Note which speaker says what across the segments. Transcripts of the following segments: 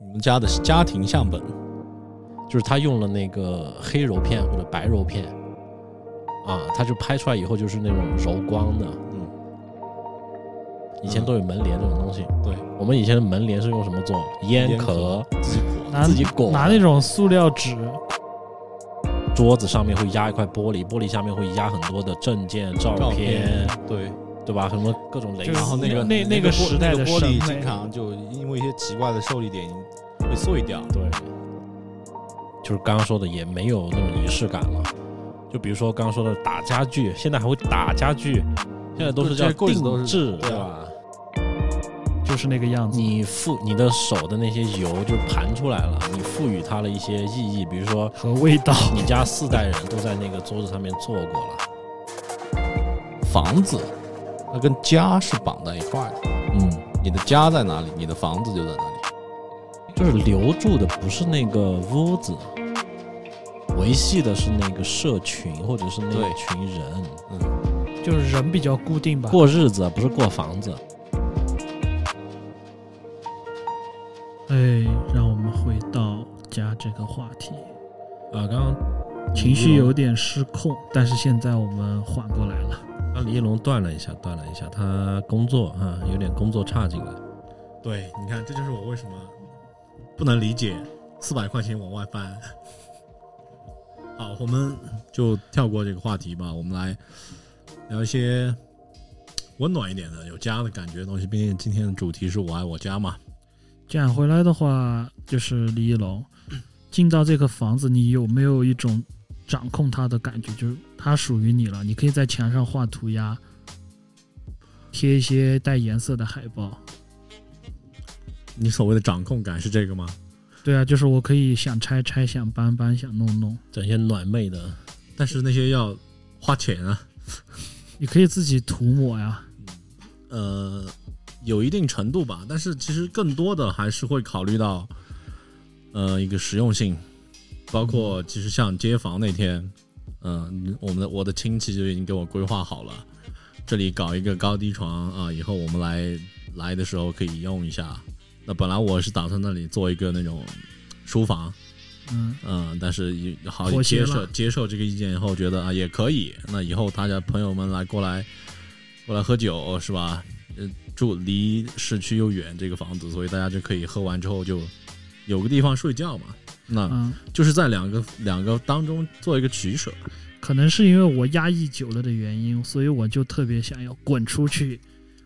Speaker 1: 你们家的家庭相本，
Speaker 2: 就是他用了那个黑柔片或者白柔片，啊，他就拍出来以后就是那种柔光的，
Speaker 1: 嗯，
Speaker 2: 以前都有门帘这种东西，
Speaker 1: 嗯对，
Speaker 2: 我们以前的门帘是用什么做？烟
Speaker 1: 烟
Speaker 2: 壳
Speaker 1: 壳、自己裹
Speaker 2: 自己裹，
Speaker 3: 拿啊那种塑料纸，
Speaker 2: 桌子上面会压一块玻璃，玻璃下面会压很多的证件、照
Speaker 1: 照片，对，
Speaker 2: 对吧？什么各种雷
Speaker 3: 就是
Speaker 2: 达
Speaker 1: 然后那个
Speaker 3: 那那
Speaker 1: 那
Speaker 3: 个
Speaker 1: 玻
Speaker 3: 时代的
Speaker 1: 那个玻
Speaker 3: 审美
Speaker 1: 璃经常就因为一些奇怪的受力点会碎掉，
Speaker 2: 对，就是刚刚说的，也没有那种仪式感了。就比如说刚刚说的打家具，现在还会打家具，现在都是
Speaker 1: 这
Speaker 2: 叫
Speaker 1: 些柜子都
Speaker 2: 定
Speaker 1: 是
Speaker 2: 制，
Speaker 1: 对啊
Speaker 2: 吧？
Speaker 3: 就是那个样子。
Speaker 2: 你赋你的手的那些油就盘出来了，你赋予它了一些意义，比如说
Speaker 3: 和味道，
Speaker 2: 你家四代人都在那个桌子上面坐过了，
Speaker 1: 房子它跟家是绑在一块儿的，
Speaker 2: 嗯，
Speaker 1: 你的家在哪里，你的房子就在哪里。
Speaker 2: 就是留住的不是那个屋子，维系的是那个社群或者是那
Speaker 1: 对
Speaker 2: 一群人。
Speaker 1: 嗯
Speaker 3: 就是人比较固定吧。
Speaker 2: 过日子啊不是过房子，
Speaker 3: 哎，让我们回到家这个话题，
Speaker 2: 啊，刚刚
Speaker 3: 情
Speaker 2: 嗯
Speaker 3: 绪有点失控，但是现在我们缓过来了。
Speaker 2: 啊，李一龙断了一下，断了一下，他工作啊，有点工作差劲了。
Speaker 4: 对，你看，这就是我为什么不能理解四百块钱往外翻。 好，我们就跳过这个话题吧，我们来聊一些温暖一点的、有家的感觉的东西。毕竟今天的主题是我爱我家嘛。
Speaker 3: 讲回来的话，就是李一龙进到这个房子，你有没有一种掌控它的感觉？就是它属于你了，你可以在墙上画涂鸦，贴一些带颜色的海报。
Speaker 4: 你所谓的掌控感是这个吗？
Speaker 3: 对啊，就是我可以想拆拆，想搬搬，想弄弄。
Speaker 2: 整些暖妹的，
Speaker 4: 但是那些要花钱啊。
Speaker 3: 你可以自己涂抹呀，
Speaker 4: 呃，有一定程度吧，但是其实更多的还是会考虑到，呃，一个实用性，包括其实像接房那天，嗯、我们的我的亲戚就已经给我规划好了，这里搞一个高低床啊、以后我们来来的时候可以用一下。那本来我是打算那里做一个那种书房，
Speaker 3: 嗯，
Speaker 4: 嗯，但是也好
Speaker 3: 妥协
Speaker 4: 接
Speaker 3: 了
Speaker 4: 受接受这个意见以后，觉得啊也可以。那以后大家朋友们来过来过来喝酒是吧？呃，住离市区又远这个房子，所以大家就可以喝完之后就有个地方睡觉嘛。那
Speaker 3: 嗯，
Speaker 4: 就是在两个两个当中做一个取舍。
Speaker 3: 可能是因为我压抑久了的原因，所以我就特别想要滚出去，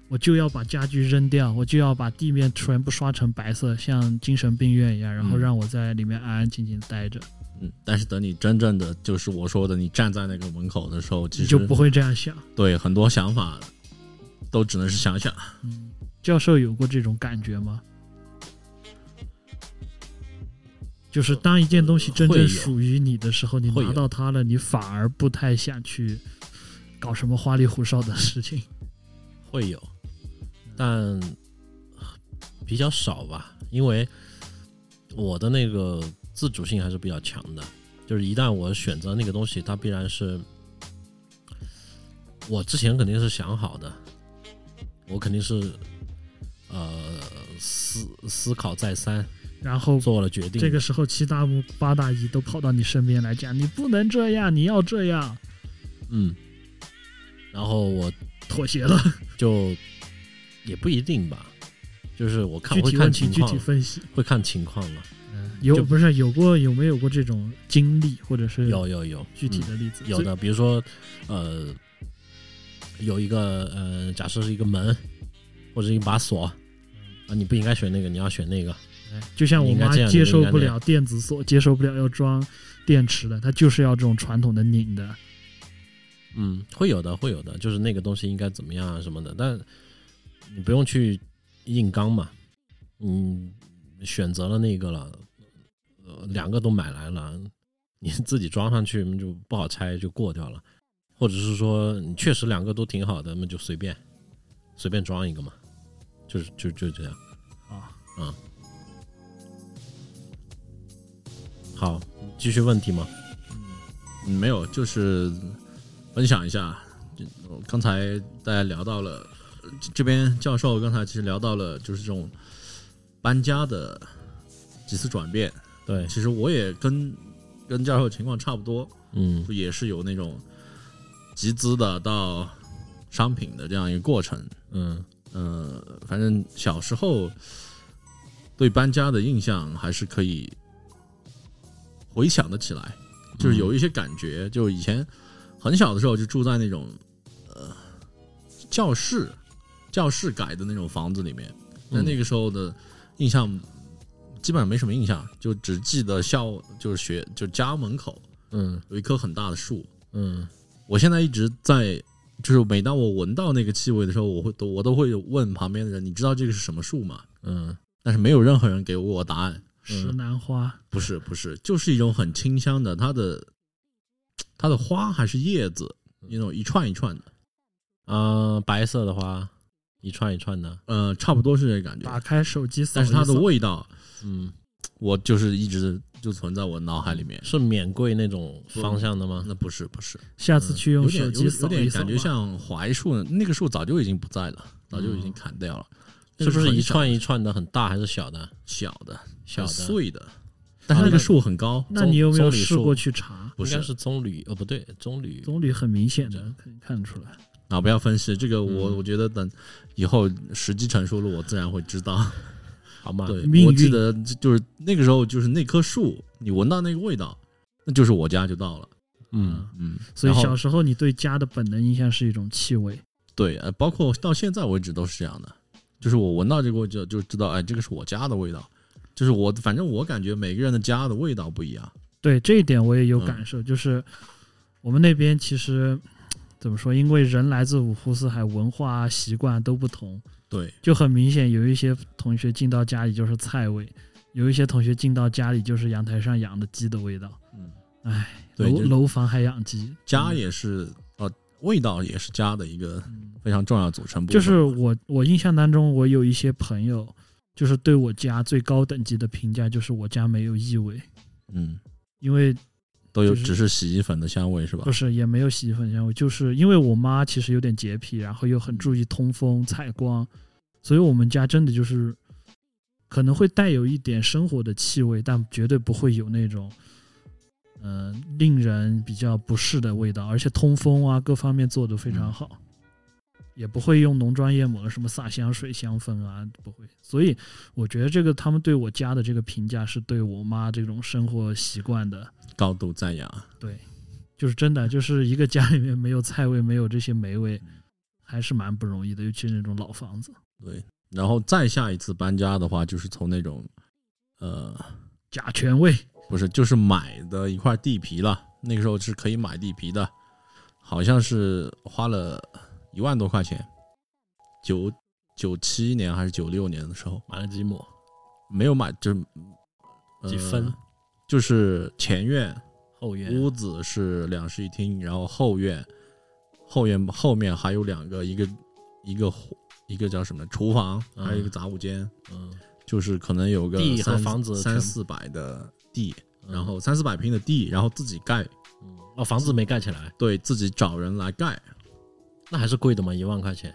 Speaker 3: 我就要把家具扔掉，我就要把地面全部刷成白色，像精神病院一样，然后
Speaker 4: 嗯
Speaker 3: 让我在里面安安静静地待着，
Speaker 4: 嗯，但是等你真正的就是我说的，你站在那个门口的时候，其
Speaker 3: 你
Speaker 4: 实
Speaker 3: 就不会这样想。
Speaker 4: 对很多想法都只能是想想。
Speaker 3: 嗯，教授有过这种感觉吗？就是当一件东西真
Speaker 4: 会
Speaker 3: 正
Speaker 4: 有
Speaker 3: 属于你的时候，你
Speaker 4: 会
Speaker 3: 拿
Speaker 4: 有
Speaker 3: 到它了，你反而不太想去搞什么花里胡哨的事情。
Speaker 2: 会有，
Speaker 3: 嗯
Speaker 2: 但比较少吧，因为我的那个自主性还是比较强的，就是一旦我选择那个东西，它必然是我之前肯定是想好的，我肯定是呃思思考再三
Speaker 3: 然后
Speaker 2: 做了决定，
Speaker 3: 这个时候七大姑八大姨都跑到你身边来讲，你不能这样，你要这样，
Speaker 2: 嗯，然后我
Speaker 3: 妥协了。
Speaker 2: 就也不一定吧，就是我看
Speaker 3: 具
Speaker 2: 我会
Speaker 3: 体问
Speaker 2: 看
Speaker 3: 题
Speaker 2: 情
Speaker 3: 具体
Speaker 2: 况，
Speaker 3: 分析。
Speaker 2: 会看情况啊了。
Speaker 3: 有
Speaker 4: 嗯
Speaker 2: 就
Speaker 3: 不是有过有没有过这种经历，或者是
Speaker 2: 有有有
Speaker 3: 具体
Speaker 2: 嗯
Speaker 3: 的例子？
Speaker 2: 有的，比如说呃，有一个呃，假设是一个门或者一把锁啊，你不应该选那个，你要选那个。
Speaker 4: 嗯
Speaker 3: 哎就像我
Speaker 2: 应该
Speaker 3: 妈
Speaker 2: 这样
Speaker 3: 接
Speaker 2: 你
Speaker 3: 受
Speaker 2: 应该
Speaker 3: 不
Speaker 2: 那样
Speaker 3: 了电子锁，接受不了要装电池的，她就是要这种传统的拧的。
Speaker 2: 嗯，会有的，会有的，就是那个东西应该怎么样啊什么的，但你不用去硬刚嘛，嗯，选择了那个了，呃，两个都买来了，你自己装上去那就不好拆，就过掉了，或者是说你确实两个都挺好的，那就随便随便装一个嘛，就是就就这样
Speaker 3: 啊，
Speaker 2: 嗯，好，继续问题吗？
Speaker 4: 嗯，没有，就是分享一下。就我刚才大家聊到了，呃这这边教授刚才其实聊到了，就是这种搬家的几次转变。
Speaker 2: 对，
Speaker 4: 其实我也跟跟教授情况差不多，
Speaker 2: 嗯
Speaker 4: 就也是有那种集资的到商品的这样一个过程。
Speaker 2: 嗯
Speaker 4: 呃，反正小时候对搬家的印象还是可以回想得起来，就是有一些感觉。就以前很小的时候就住在那种呃教室教室改的那种房子里面，但
Speaker 2: 嗯
Speaker 4: 那个时候的印象基本上没什么印象，就只记得校就是学就家门口
Speaker 2: 嗯
Speaker 4: 有一棵很大的树，
Speaker 2: 嗯
Speaker 4: 我现在一直在，就是每当我闻到那个气味的时候，我会都我都会问旁边的人，你知道这个是什么树吗？
Speaker 2: 嗯
Speaker 4: 但是没有任何人给我答案。
Speaker 3: 石楠花，
Speaker 4: 不是不是，就是一种很清香的，它的它的花还是叶子，那种一串一串的，
Speaker 2: 啊，白色的花一串一串的，
Speaker 4: 呃，差不多是这个感
Speaker 3: 打
Speaker 4: 觉。
Speaker 3: 开手机扫
Speaker 4: 但
Speaker 3: 一
Speaker 4: 是它
Speaker 3: 扫，
Speaker 4: 的味道，
Speaker 2: 嗯，
Speaker 4: 我就是一直就存在我脑海里面。
Speaker 2: 是免贵那种方向的吗？
Speaker 4: 那不是不是，
Speaker 3: 下次去用
Speaker 4: 有点
Speaker 3: 手
Speaker 4: 有
Speaker 3: 机
Speaker 4: 有
Speaker 3: 扫
Speaker 4: 点
Speaker 3: 一扫
Speaker 4: 感觉
Speaker 3: 吧。
Speaker 4: 像槐树，那个树早就已经不在了，早就已经砍掉了。嗯那
Speaker 2: 是
Speaker 4: 个
Speaker 2: 不是
Speaker 4: 很
Speaker 2: 一
Speaker 4: 小
Speaker 2: 串一串的很大还是小的？
Speaker 4: 小的？
Speaker 2: 小
Speaker 4: 很
Speaker 2: 的，
Speaker 4: 碎的，但是那个树很高，
Speaker 3: 那你有没
Speaker 2: 棕
Speaker 3: 有
Speaker 2: 榈
Speaker 3: 试
Speaker 2: 树
Speaker 3: 过去查？
Speaker 4: 不
Speaker 2: 应该
Speaker 4: 是
Speaker 2: 是棕榈哦，不对，棕榈
Speaker 3: 棕榈很明显的，可以看得出来。
Speaker 4: 啊！不要分析这个我，我
Speaker 2: 嗯
Speaker 4: 觉得等以后时机成熟了，我自然会知 道。
Speaker 2: 好吗？
Speaker 4: 对
Speaker 3: 命，运
Speaker 4: 我记得就是那个时候，就是那棵树，你闻到那个味道，那就是我家就到了。
Speaker 2: 嗯，
Speaker 4: 嗯，
Speaker 3: 所以
Speaker 4: 然后
Speaker 3: 小时候你对家的本能印象是一种气味，
Speaker 4: 对，呃，包括到现在为止都是这样的，就是我闻到这个味就就知道，哎，这个是我家的味道。就是我，反正我感觉每个人的家的味道不一样。
Speaker 3: 对这一点我也有
Speaker 4: 嗯
Speaker 3: 感受，就是我们那边其实怎么说，因为人来自五湖四海，文化啊、习惯啊都不同，
Speaker 4: 对，
Speaker 3: 就很明显有一些同学进到家里就是菜味，有一些同学进到家里就是阳台上养的鸡的味道。
Speaker 4: 嗯，
Speaker 3: 哎，
Speaker 4: 对
Speaker 3: 楼
Speaker 4: 就是
Speaker 3: 楼房还养鸡，
Speaker 4: 家也是，呃，味道也是家的一个
Speaker 3: 嗯
Speaker 4: 非常重要的组成部分。
Speaker 3: 就是我我印象当中，我有一些朋友，就是对我家最高等级的评价就是我家没有异味，
Speaker 4: 嗯，
Speaker 3: 因为
Speaker 4: 都有
Speaker 3: 就是
Speaker 4: 只是洗衣粉的香味是吧
Speaker 3: 不？是也没有洗衣粉香味，就是因为我妈其实有点洁癖，然后又很注意通风采光，所以我们家真的就是可能会带有一点生活的气味，但绝对不会有那种。嗯、令人比较不适的味道，而且通风啊，各方面做得非常好，也不会用浓妆艳抹，什么洒香水、香氛啊，不会。所以我觉得这个他们对我家的这个评价是对我妈这种生活习惯的
Speaker 4: 高度赞扬。
Speaker 3: 就是真
Speaker 4: 嗯
Speaker 3: 的，就是一个家里面没有菜味，没有这些霉味，还是蛮不容易的，尤其是那种老房子，
Speaker 4: 对，然后再下一次搬家的话，就是从那种，呃，
Speaker 3: 甲醛味。
Speaker 4: 不是，就是买的一块地皮了。那个时候是可以买地皮的，好像是花了一万多块钱，九九七年还是九六年的时候，
Speaker 2: 买了几亩？
Speaker 4: 没有买，就是、呃
Speaker 2: 几分？
Speaker 4: 就是前院
Speaker 2: 后院
Speaker 4: 屋子是两室一厅，然后后院，后院后面还有两个，一个一个一个叫什么厨房，
Speaker 2: 嗯
Speaker 4: 还有一个杂物间。
Speaker 2: 嗯，
Speaker 4: 就是可能有个
Speaker 2: 地和
Speaker 4: 三
Speaker 2: 房子
Speaker 4: 三
Speaker 2: 全
Speaker 4: 四百的地，
Speaker 2: 嗯
Speaker 4: 然后三四百平的地，然后自己盖，
Speaker 2: 嗯哦，房子没盖起来，
Speaker 4: 对自己找人来盖。
Speaker 2: 那还是贵的嘛，一万块钱。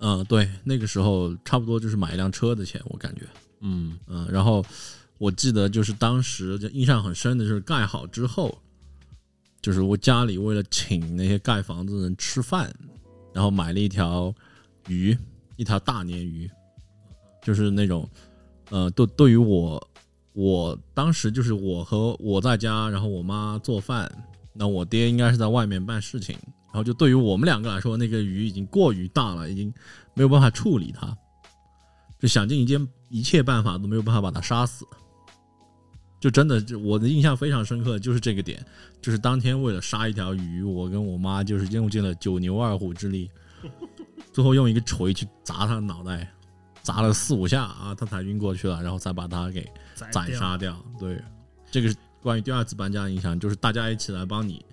Speaker 4: 嗯，对，那个时候差不多就是买一辆车的钱，我感觉。
Speaker 2: 嗯
Speaker 4: 嗯，然后我记得就是当时就印象很深的就是盖好之后，就是我家里为了请那些盖房子的人吃饭，然后买了一条鱼，一条大鲶鱼，就是那种，呃，对对于我，我当时就是我和我在家，然后我妈做饭，那我爹应该是在外面办事情，然后就对于我们两个来说，那个鱼已经过于大了，已经没有办法处理它。就想尽一切一切办法都没有办法把它杀死。就真的，就我的印象非常深刻，就是这个点，就是当天为了杀一条鱼，我跟我妈就是用尽了九牛二虎之力， 最后用一个锤去砸它的脑袋，砸了四五下啊，它才晕过去了，然后才把它给宰
Speaker 3: 掉
Speaker 4: 杀掉。对，这个是关于第二次搬家的影响，就是大家一起来帮你，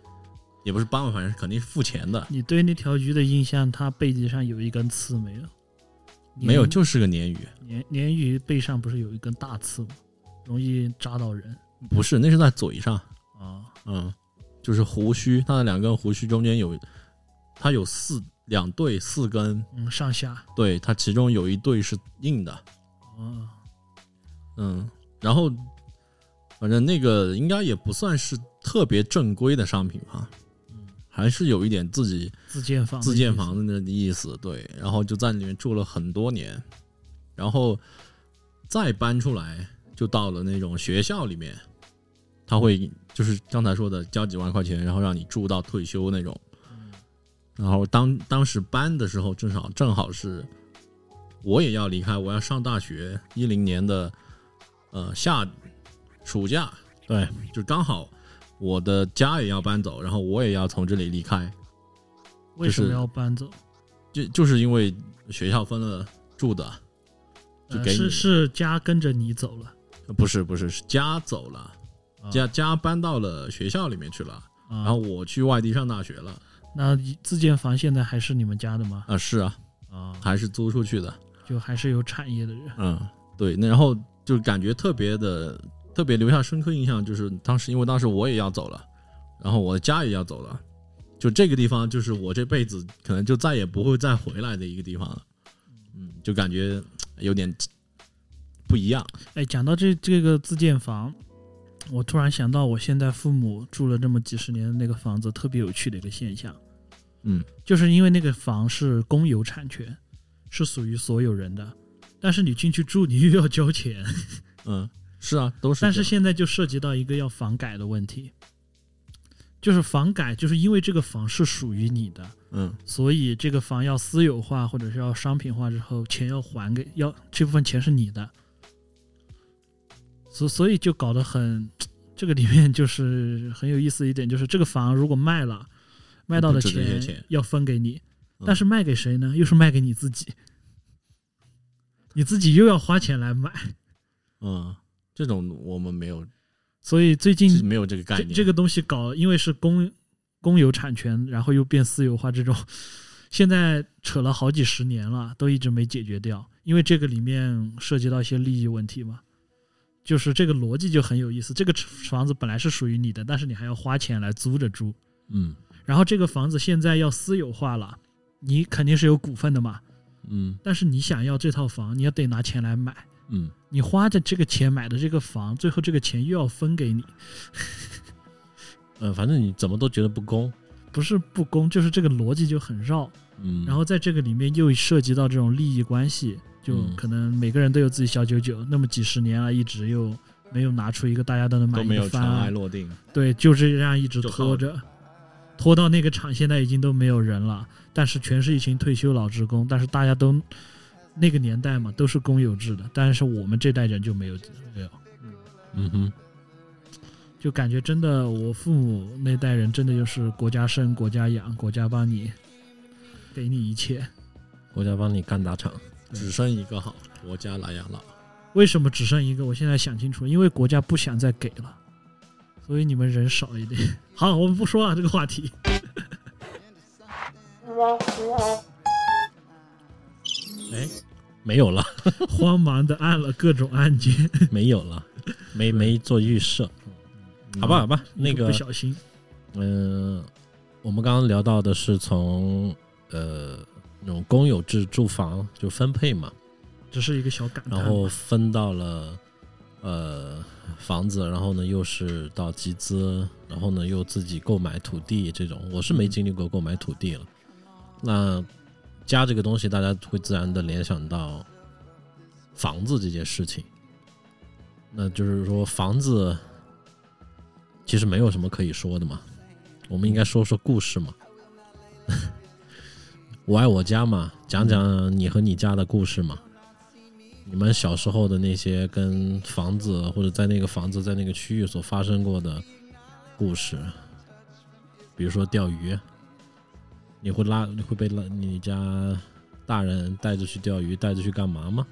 Speaker 4: 也不是帮我，反正是肯定是付钱的，
Speaker 3: 你对那条鱼的印象，它背脊上有一根刺没有？
Speaker 4: 没有
Speaker 3: 鲶
Speaker 4: 就是个鲶鱼，
Speaker 3: 鲶鲶鱼背上不是有一根大刺吗？容易扎到人
Speaker 4: 不是，那是在嘴上。
Speaker 3: 啊。
Speaker 4: 嗯，就是胡须，它的两根胡须中间有，它有四两对四根，
Speaker 3: 嗯，上下
Speaker 4: 对，它其中有一对是硬的，
Speaker 3: 啊，
Speaker 4: 嗯，然后反正那个应该也不算是特别正规的商品吧，还是有一点自己
Speaker 3: 自建房，
Speaker 4: 自建房子的意思，对。然后就在里面住了很多年，然后再搬出来，就到了那种学校里面，他会就是刚才说的交几万块钱，然后让你住到退休那种。然后当当时搬的时候，正好正好是我也要离开，我要上大学，一零年的呃夏暑假，
Speaker 2: 对，
Speaker 4: 就刚好我的家也要搬走，然后我也要从这里离开。
Speaker 3: 为什
Speaker 4: 就
Speaker 3: 么
Speaker 4: 是
Speaker 3: 要搬走？
Speaker 4: 就就是因为学校分了住的，就
Speaker 3: 呃
Speaker 4: 给你、
Speaker 3: 是是家跟着你走了
Speaker 4: 呃不是不是是家走了，
Speaker 3: 啊
Speaker 4: 家家搬到了学校里面去了，
Speaker 3: 啊，
Speaker 4: 然后我去外地上大学了
Speaker 3: 那自建房现在还是你们家的吗？
Speaker 4: 啊，是啊，
Speaker 3: 啊，
Speaker 4: 还是租出去的，
Speaker 3: 就还是有产业的人，
Speaker 4: 嗯，对，那然后就感觉特别的特别留下深刻印象，就是当时因为当时我也要走了，然后我的家也要走了，就这个地方就是我这辈子可能就再也不会再回来的一个地方了，嗯，就感觉有点不一样，
Speaker 3: 哎，讲到这这个自建房，我突然想到我现在父母住了这么几十年的那个房子，特别有趣的一个现象，
Speaker 4: 嗯，
Speaker 3: 就是因为那个房是公有产权，是属于所有人的，但是你进去住，你又要交钱。
Speaker 4: 嗯，是啊，都是这样，
Speaker 3: 但是现在就涉及到一个要房改的问题，就是房改，就是因为这个房是属于你的，
Speaker 4: 嗯
Speaker 3: 所以这个房要私有化或者是要商品化之后，钱要还给要这部分钱是你的，所所以就搞得很，这个里面就是很有意思一点，就是这个房如果卖了，卖到的
Speaker 4: 不值这些
Speaker 3: 钱
Speaker 4: 钱
Speaker 3: 要分给你，
Speaker 4: 嗯
Speaker 3: 但是卖给谁呢？又是卖给你自己，你自己又要花钱来买，
Speaker 4: 嗯，这种我们没有
Speaker 3: 所以最近
Speaker 4: 没有这个概
Speaker 3: 这
Speaker 4: 念。
Speaker 3: 这个东西搞，因为是公公有产权，然后又变私有化，这种现在扯了好几十年了，都一直没解决掉，因为这个里面涉及到一些利益问题嘛。就是这个逻辑就很有意思。这个房子本来是属于你的，但是你还要花钱来租着住。
Speaker 2: 嗯
Speaker 3: 然后这个房子现在要私有化了，你肯定是有股份的嘛。
Speaker 2: 嗯
Speaker 3: 但是你想要这套房，你要得拿钱来买。
Speaker 2: 嗯，
Speaker 3: 你花着这个钱买的这个房，最后这个钱又要分给你，
Speaker 4: 嗯
Speaker 2: 呃，反正你怎么都觉得不公，
Speaker 3: 不是不公，就是这个逻辑就很绕。
Speaker 2: 嗯，
Speaker 3: 然后在这个里面又涉及到这种利益关系，就
Speaker 2: 嗯
Speaker 3: 可能每个人都有自己小九九，那么几十年啊了，一直又没有拿出一个大家都能
Speaker 4: 都
Speaker 3: 满
Speaker 4: 没
Speaker 3: 意
Speaker 4: 有
Speaker 3: 的
Speaker 4: 尘
Speaker 3: 方
Speaker 4: 埃
Speaker 3: 案，
Speaker 4: 落定，
Speaker 3: 对，就这样一直
Speaker 4: 就
Speaker 3: 拖着，拖到那个厂现在已经都没有人了，但是全是一群退休老职工，但是大家都那个年代嘛都是公有制的，但是我们这代人就没有没有，
Speaker 2: 嗯哼，
Speaker 3: 就感觉真的我父母那代人真的就是国家生国家养国家帮你给你一切。
Speaker 2: 国家帮你干大厂，
Speaker 4: 只生一个好，国家来养老。
Speaker 3: 为什么只剩一个？我现在想清楚了，因为国家不想再给了，所以你们人少一点。 好，我们不说了这个话题。
Speaker 2: 没有了，
Speaker 3: 慌忙的按了各种按键，
Speaker 2: 没有了，没没做预设，好吧好吧，那
Speaker 3: 不
Speaker 2: 个
Speaker 3: 小心
Speaker 2: 嗯、我们刚刚聊到的是从呃那种公有制住房就分配嘛，
Speaker 3: 只是一个小感叹。
Speaker 2: 然后分到了呃房子，然后呢又是到集资，然后呢又自己购买土地这种，我是没经历过购买土地了。那家这个东西，大家会自然的联想到房子这件事情。那就是说，房子其实没有什么可以说的嘛，我们应该说说故事嘛。 我爱我家嘛，讲讲你和你家的故事嘛。你们小时候的那些跟房子或者在那个房子在那个区域所发生过的故事，比如说钓鱼，你会拉你会被拉你家大人带着去钓鱼，带着去干嘛吗？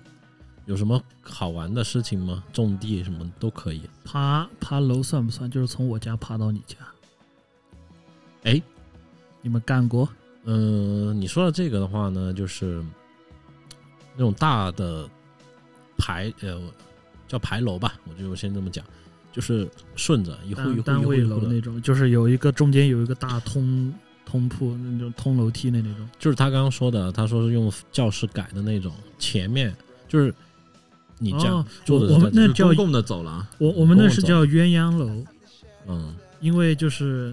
Speaker 2: 有什么好玩的事情吗？种地什么都可以。
Speaker 3: 爬爬楼算不算？就是从我家爬到你家，
Speaker 2: 哎，
Speaker 3: 你们干过？
Speaker 2: 嗯，你说到这个的话呢，就是那种大的牌，呃，叫牌楼吧，我就先这么讲，就是顺着一户一
Speaker 3: 单
Speaker 2: 户
Speaker 3: 单
Speaker 2: 一户
Speaker 3: 位
Speaker 2: 一
Speaker 3: 楼
Speaker 2: 户
Speaker 3: 那
Speaker 2: 的，
Speaker 3: 种，就是有一个中间有一个大通通铺那种通楼梯的那种。
Speaker 2: 就是他刚刚说的，他说是用教室改的那种，前面就是你这样
Speaker 3: 哦
Speaker 2: 做的
Speaker 3: 我们
Speaker 2: 是在
Speaker 3: 那
Speaker 4: 是
Speaker 3: 叫
Speaker 4: 公共的走廊，
Speaker 3: 我我们那是
Speaker 2: 跟
Speaker 3: 叫鸳鸯楼，
Speaker 4: 嗯，
Speaker 3: 因为就是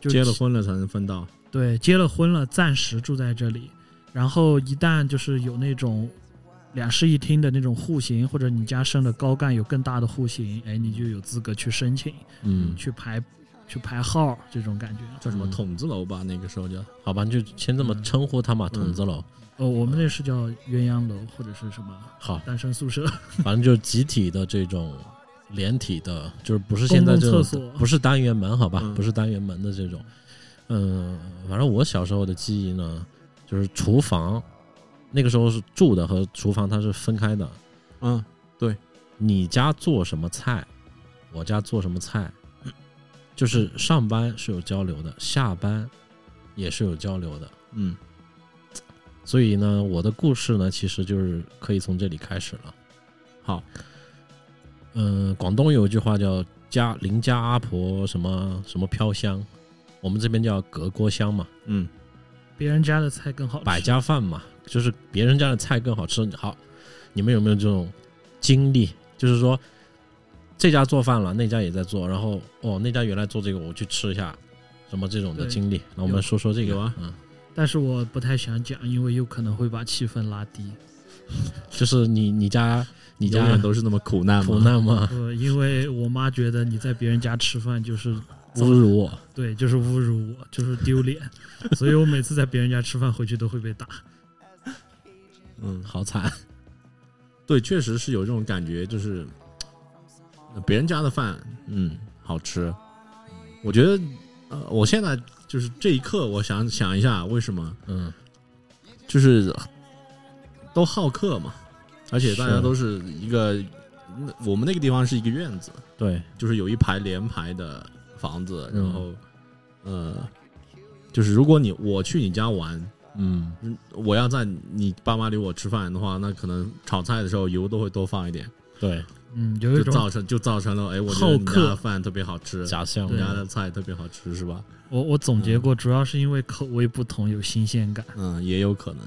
Speaker 3: 就
Speaker 4: 结了婚了才能分到，
Speaker 3: 对，结了婚了，暂时住在这里。然后一旦就是有那种两室一厅的那种户型，或者你家升的高干有更大的户型，哎，你就有资格去申请，
Speaker 2: 嗯，
Speaker 3: 去排去排号这种感觉。
Speaker 4: 叫什么
Speaker 2: 嗯
Speaker 4: 筒子楼吧？那个时候叫
Speaker 2: 好吧，你就先这么称呼他嘛，筒子楼。
Speaker 3: 哦，我们那是叫鸳鸯楼或者是什么
Speaker 2: 好，
Speaker 3: 单身宿舍，
Speaker 2: 反正就是集体的这种连体的，就是不是现在这
Speaker 3: 公共
Speaker 2: 种
Speaker 3: 厕所
Speaker 2: 不是单元门，好吧，
Speaker 4: 嗯
Speaker 2: 不是单元门的这种。嗯，反正我小时候的记忆呢，就是厨房，那个时候是住的和厨房它是分开的。
Speaker 4: 嗯，
Speaker 2: 你家做什么菜，我家做什么菜，就是上班是有交流的，下班也是有交流的。
Speaker 4: 嗯，
Speaker 2: 所以呢，我的故事呢，其实就是可以从这里开始了。
Speaker 4: 好，
Speaker 2: 嗯，广东有一句话叫“家邻家阿婆什么什么飘香”，我们这边叫“隔锅香”嘛，
Speaker 4: 嗯，
Speaker 3: 别人家的菜更好吃。
Speaker 2: 百家饭嘛，就是别人家的菜更好吃。好，你们有没有这种经历？就是说，这家做饭了，那家也在做，然后哦，那家原来做这个，我去吃一下，什么这种的
Speaker 3: 对
Speaker 2: 经历？那我们
Speaker 3: 有
Speaker 2: 说说这个
Speaker 4: 有啊
Speaker 2: 嗯，
Speaker 3: 但是我不太想讲，因为有可能会把气氛拉 低。
Speaker 2: 就是你你家你
Speaker 4: 永
Speaker 2: 家
Speaker 4: 远都是那么苦难嘛，
Speaker 2: 苦难 吗？
Speaker 3: 呃，因为我妈觉得你在别人家吃饭就是
Speaker 2: 侮辱我，
Speaker 3: 对，就是侮辱我，就是丢脸，所以我每次在别人家吃饭回去都会被打。
Speaker 4: 嗯，
Speaker 2: 好惨。
Speaker 4: 对，确实是有这种感觉，就是呃别人家的饭，嗯，好吃。我觉得，呃，我现在就是这一刻，我想想一下，为什么
Speaker 2: 嗯，
Speaker 4: 就是都好客嘛，而且大家
Speaker 2: 是
Speaker 4: 都是一个，那我们那个地方是一个院子，
Speaker 2: 对，
Speaker 4: 就是有一排连排的房子，然
Speaker 2: 嗯
Speaker 4: 后，呃，就是如果你我去你家玩，
Speaker 2: 嗯
Speaker 4: 嗯我要在你爸妈留我吃饭的话，那可能炒菜的时候油都会多放一点。
Speaker 2: 对，
Speaker 3: 嗯，有一
Speaker 4: 就
Speaker 3: 种
Speaker 4: 造成就造成了，哎，我觉得
Speaker 3: 好
Speaker 4: 你家
Speaker 3: 客
Speaker 4: 的饭特别好吃，
Speaker 2: 假象啊
Speaker 4: 你
Speaker 3: 对
Speaker 4: 家的菜特别好吃，是吧？
Speaker 3: 我我总结过，主要是因为口味不同有新鲜感。
Speaker 4: 嗯，也有可能。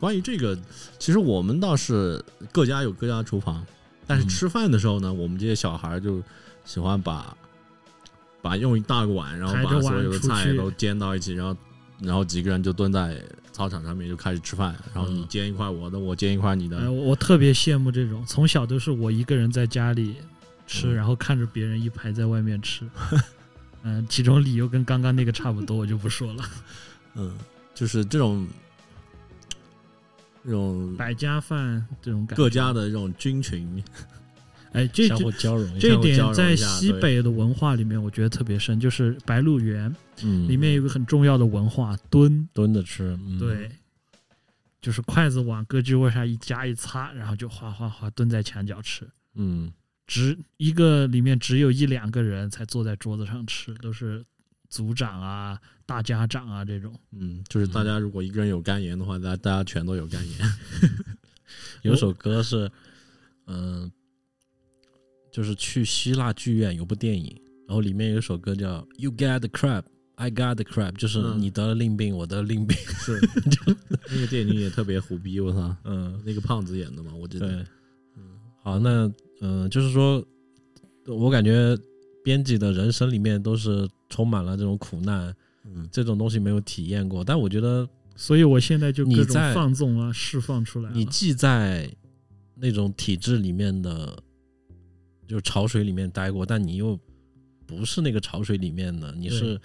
Speaker 4: 关于这个，其实我们倒是各家有各家的厨房，但是
Speaker 2: 嗯
Speaker 4: 吃饭的时候呢，我们这些小孩就喜欢把把用一大个碗，然后
Speaker 3: 抬着
Speaker 4: 把
Speaker 3: 碗
Speaker 4: 所有的
Speaker 3: 出
Speaker 4: 菜
Speaker 3: 去
Speaker 4: 都煎到一起，然后然后几个人就蹲在操场上面就开始吃饭，然后你
Speaker 2: 嗯
Speaker 4: 煎一块我的，我煎一块你的，
Speaker 3: 哎，我我特别羡慕这种，从小都是我一个人在家里吃，
Speaker 4: 嗯
Speaker 3: 然后看着别人一排在外面吃。嗯，其中理由跟刚刚那个差不多，我就不说了。
Speaker 4: 嗯，就是这种这种
Speaker 3: 百家饭这种感觉，
Speaker 4: 各家的这种菌群，
Speaker 3: 哎，这
Speaker 2: 相互
Speaker 3: 这
Speaker 2: 交融一下
Speaker 3: 这
Speaker 4: 互交
Speaker 3: 点
Speaker 4: 融
Speaker 3: 在
Speaker 4: 一下
Speaker 3: 西
Speaker 4: 对
Speaker 3: 北的文化里面，我觉得特别深，就是白鹿原
Speaker 2: 嗯，
Speaker 3: 里面有个很重要的文化蹲
Speaker 2: 蹲着吃，嗯，
Speaker 3: 对，就是筷子往胳肢窝上一夹一擦，然后就哗哗哗蹲在墙角吃。
Speaker 2: 嗯，
Speaker 3: 只一个里面只有一两个人才坐在桌子上吃，都是组长啊、大家长啊这种。
Speaker 4: 嗯，就是大家如果一个人有肝炎的话，大家大家全都有肝炎。
Speaker 2: 有首歌是，嗯、就是去希腊剧院有部电影，然后里面有一首歌叫《You Got the Crab》。I got the crab，就是
Speaker 4: 嗯
Speaker 2: 你得了令病，我得了令病。
Speaker 4: 是，那个电影也特别胡逼，我操，
Speaker 2: 嗯，
Speaker 4: 那个胖子演的嘛，我记得。
Speaker 2: 对，好，那嗯、呃就是说，我感觉编辑的人生里面都是充满了这种苦难，
Speaker 4: 嗯，
Speaker 2: 这种东西没有体验过。但我觉得
Speaker 3: 所以我现在就
Speaker 2: 你
Speaker 3: 各种
Speaker 2: 在
Speaker 3: 放纵啊，释放出来了。
Speaker 2: 你既在那种体制里面的，就潮水里面待过，但你又不是那个潮水里面的，你是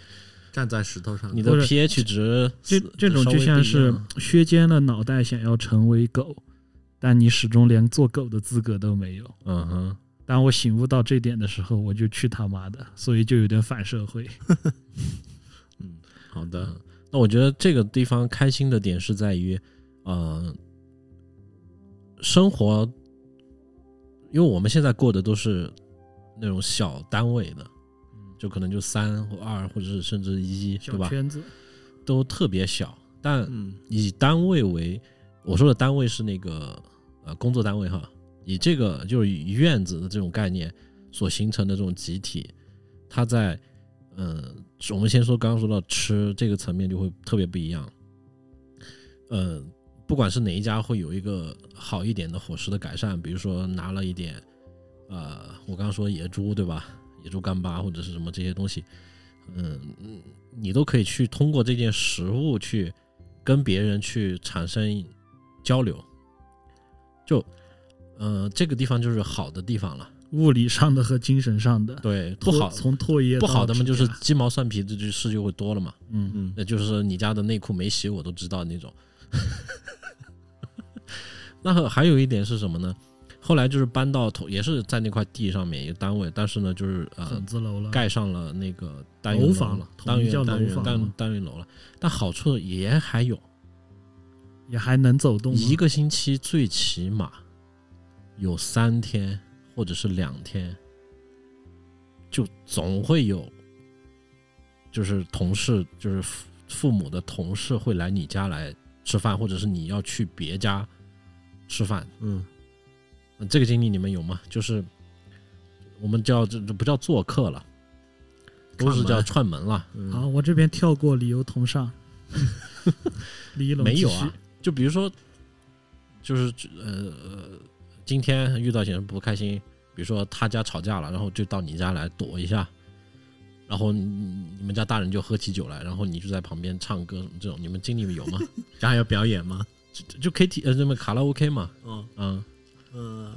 Speaker 4: 站在石头上，
Speaker 2: 你
Speaker 4: 你
Speaker 2: 的
Speaker 3: 不是
Speaker 2: pH 值
Speaker 3: 这
Speaker 2: 是
Speaker 3: 这种
Speaker 2: 稍
Speaker 3: 就
Speaker 2: 微
Speaker 3: 像
Speaker 2: 不一
Speaker 3: 是
Speaker 2: 样
Speaker 3: 削尖了脑袋想要成为狗，但你始终连做狗的资格都没有。
Speaker 2: 嗯哼，
Speaker 3: 当我醒悟到这点的时候，我就去他妈的，所以就有点反社会。
Speaker 4: 嗯，好的，
Speaker 2: 那我觉得这个地方开心的点是在于，呃，生活，因为我们现在过的都是那种小单位的，就可能就三或二，或者是甚至一，对
Speaker 3: 嗯小
Speaker 2: 吧？
Speaker 3: 圈子，
Speaker 2: 都特别小，但
Speaker 4: 嗯
Speaker 2: 以单位为我说的单位是那个呃工作单位哈，以这个就是以院子的这种概念所形成的这种集体，它在嗯、呃我们先说刚刚说到吃这个层面就会特别不一样，呃，不不管是哪一家，会有一个好一点的伙食的改善，比如说拿了一点，呃，我刚刚说野猪对吧？野猪干巴或者是什么这些东西，嗯，嗯你都可以去通过这件食物去跟别人去产生交流，就，呃，这个地方就是好的地方了。
Speaker 3: 物理上的和精神上的
Speaker 2: 对，不
Speaker 3: 唾
Speaker 2: 好
Speaker 3: 从唾液
Speaker 2: 不
Speaker 3: 到
Speaker 2: 好的嘛，
Speaker 3: 指
Speaker 2: 就是
Speaker 3: 甲
Speaker 2: 鸡毛蒜皮的就事就会多了嘛。
Speaker 3: 嗯，
Speaker 4: 嗯，
Speaker 2: 那就是你家的内裤没洗，我都知道那种。 那还有一点是什么呢？后来就是搬到同也是在那块地上面一个单位，但是呢，就是呃
Speaker 3: 筒子楼了，
Speaker 2: 盖上了那个单元
Speaker 3: 楼
Speaker 2: 楼
Speaker 3: 房
Speaker 2: 了，
Speaker 3: 统
Speaker 2: 单
Speaker 3: 一叫
Speaker 2: 元单
Speaker 3: 楼
Speaker 2: 元
Speaker 3: 房
Speaker 2: 单
Speaker 3: 嘛
Speaker 2: 单元楼了。但好处也还有，
Speaker 3: 也还能走动吗，
Speaker 2: 一个星期最起码有三天或者是两天，就总会有，就是同事，就是父父母的同事会来你家来吃饭，或者是你要去别家吃饭。
Speaker 4: 嗯
Speaker 2: 呃这个经历你们有吗？就是我们叫这这不叫做客了，都是叫串门啊了。
Speaker 3: 好，
Speaker 4: 嗯
Speaker 3: 我这边跳过理由同上， 李一龙
Speaker 2: 没有
Speaker 3: 继续
Speaker 2: 啊，就比如说，就是呃，呃今天遇到些人不开心，比如说他家吵架了，然后就到你家来躲一下，然后你你们家大人就喝起酒来，然后你就在旁边唱歌什么这种，你们经历有 吗？
Speaker 4: 这还要表演吗？
Speaker 2: 就就 K T 呃什么卡拉 OK 嘛，
Speaker 4: 嗯
Speaker 2: 嗯，
Speaker 4: 呃，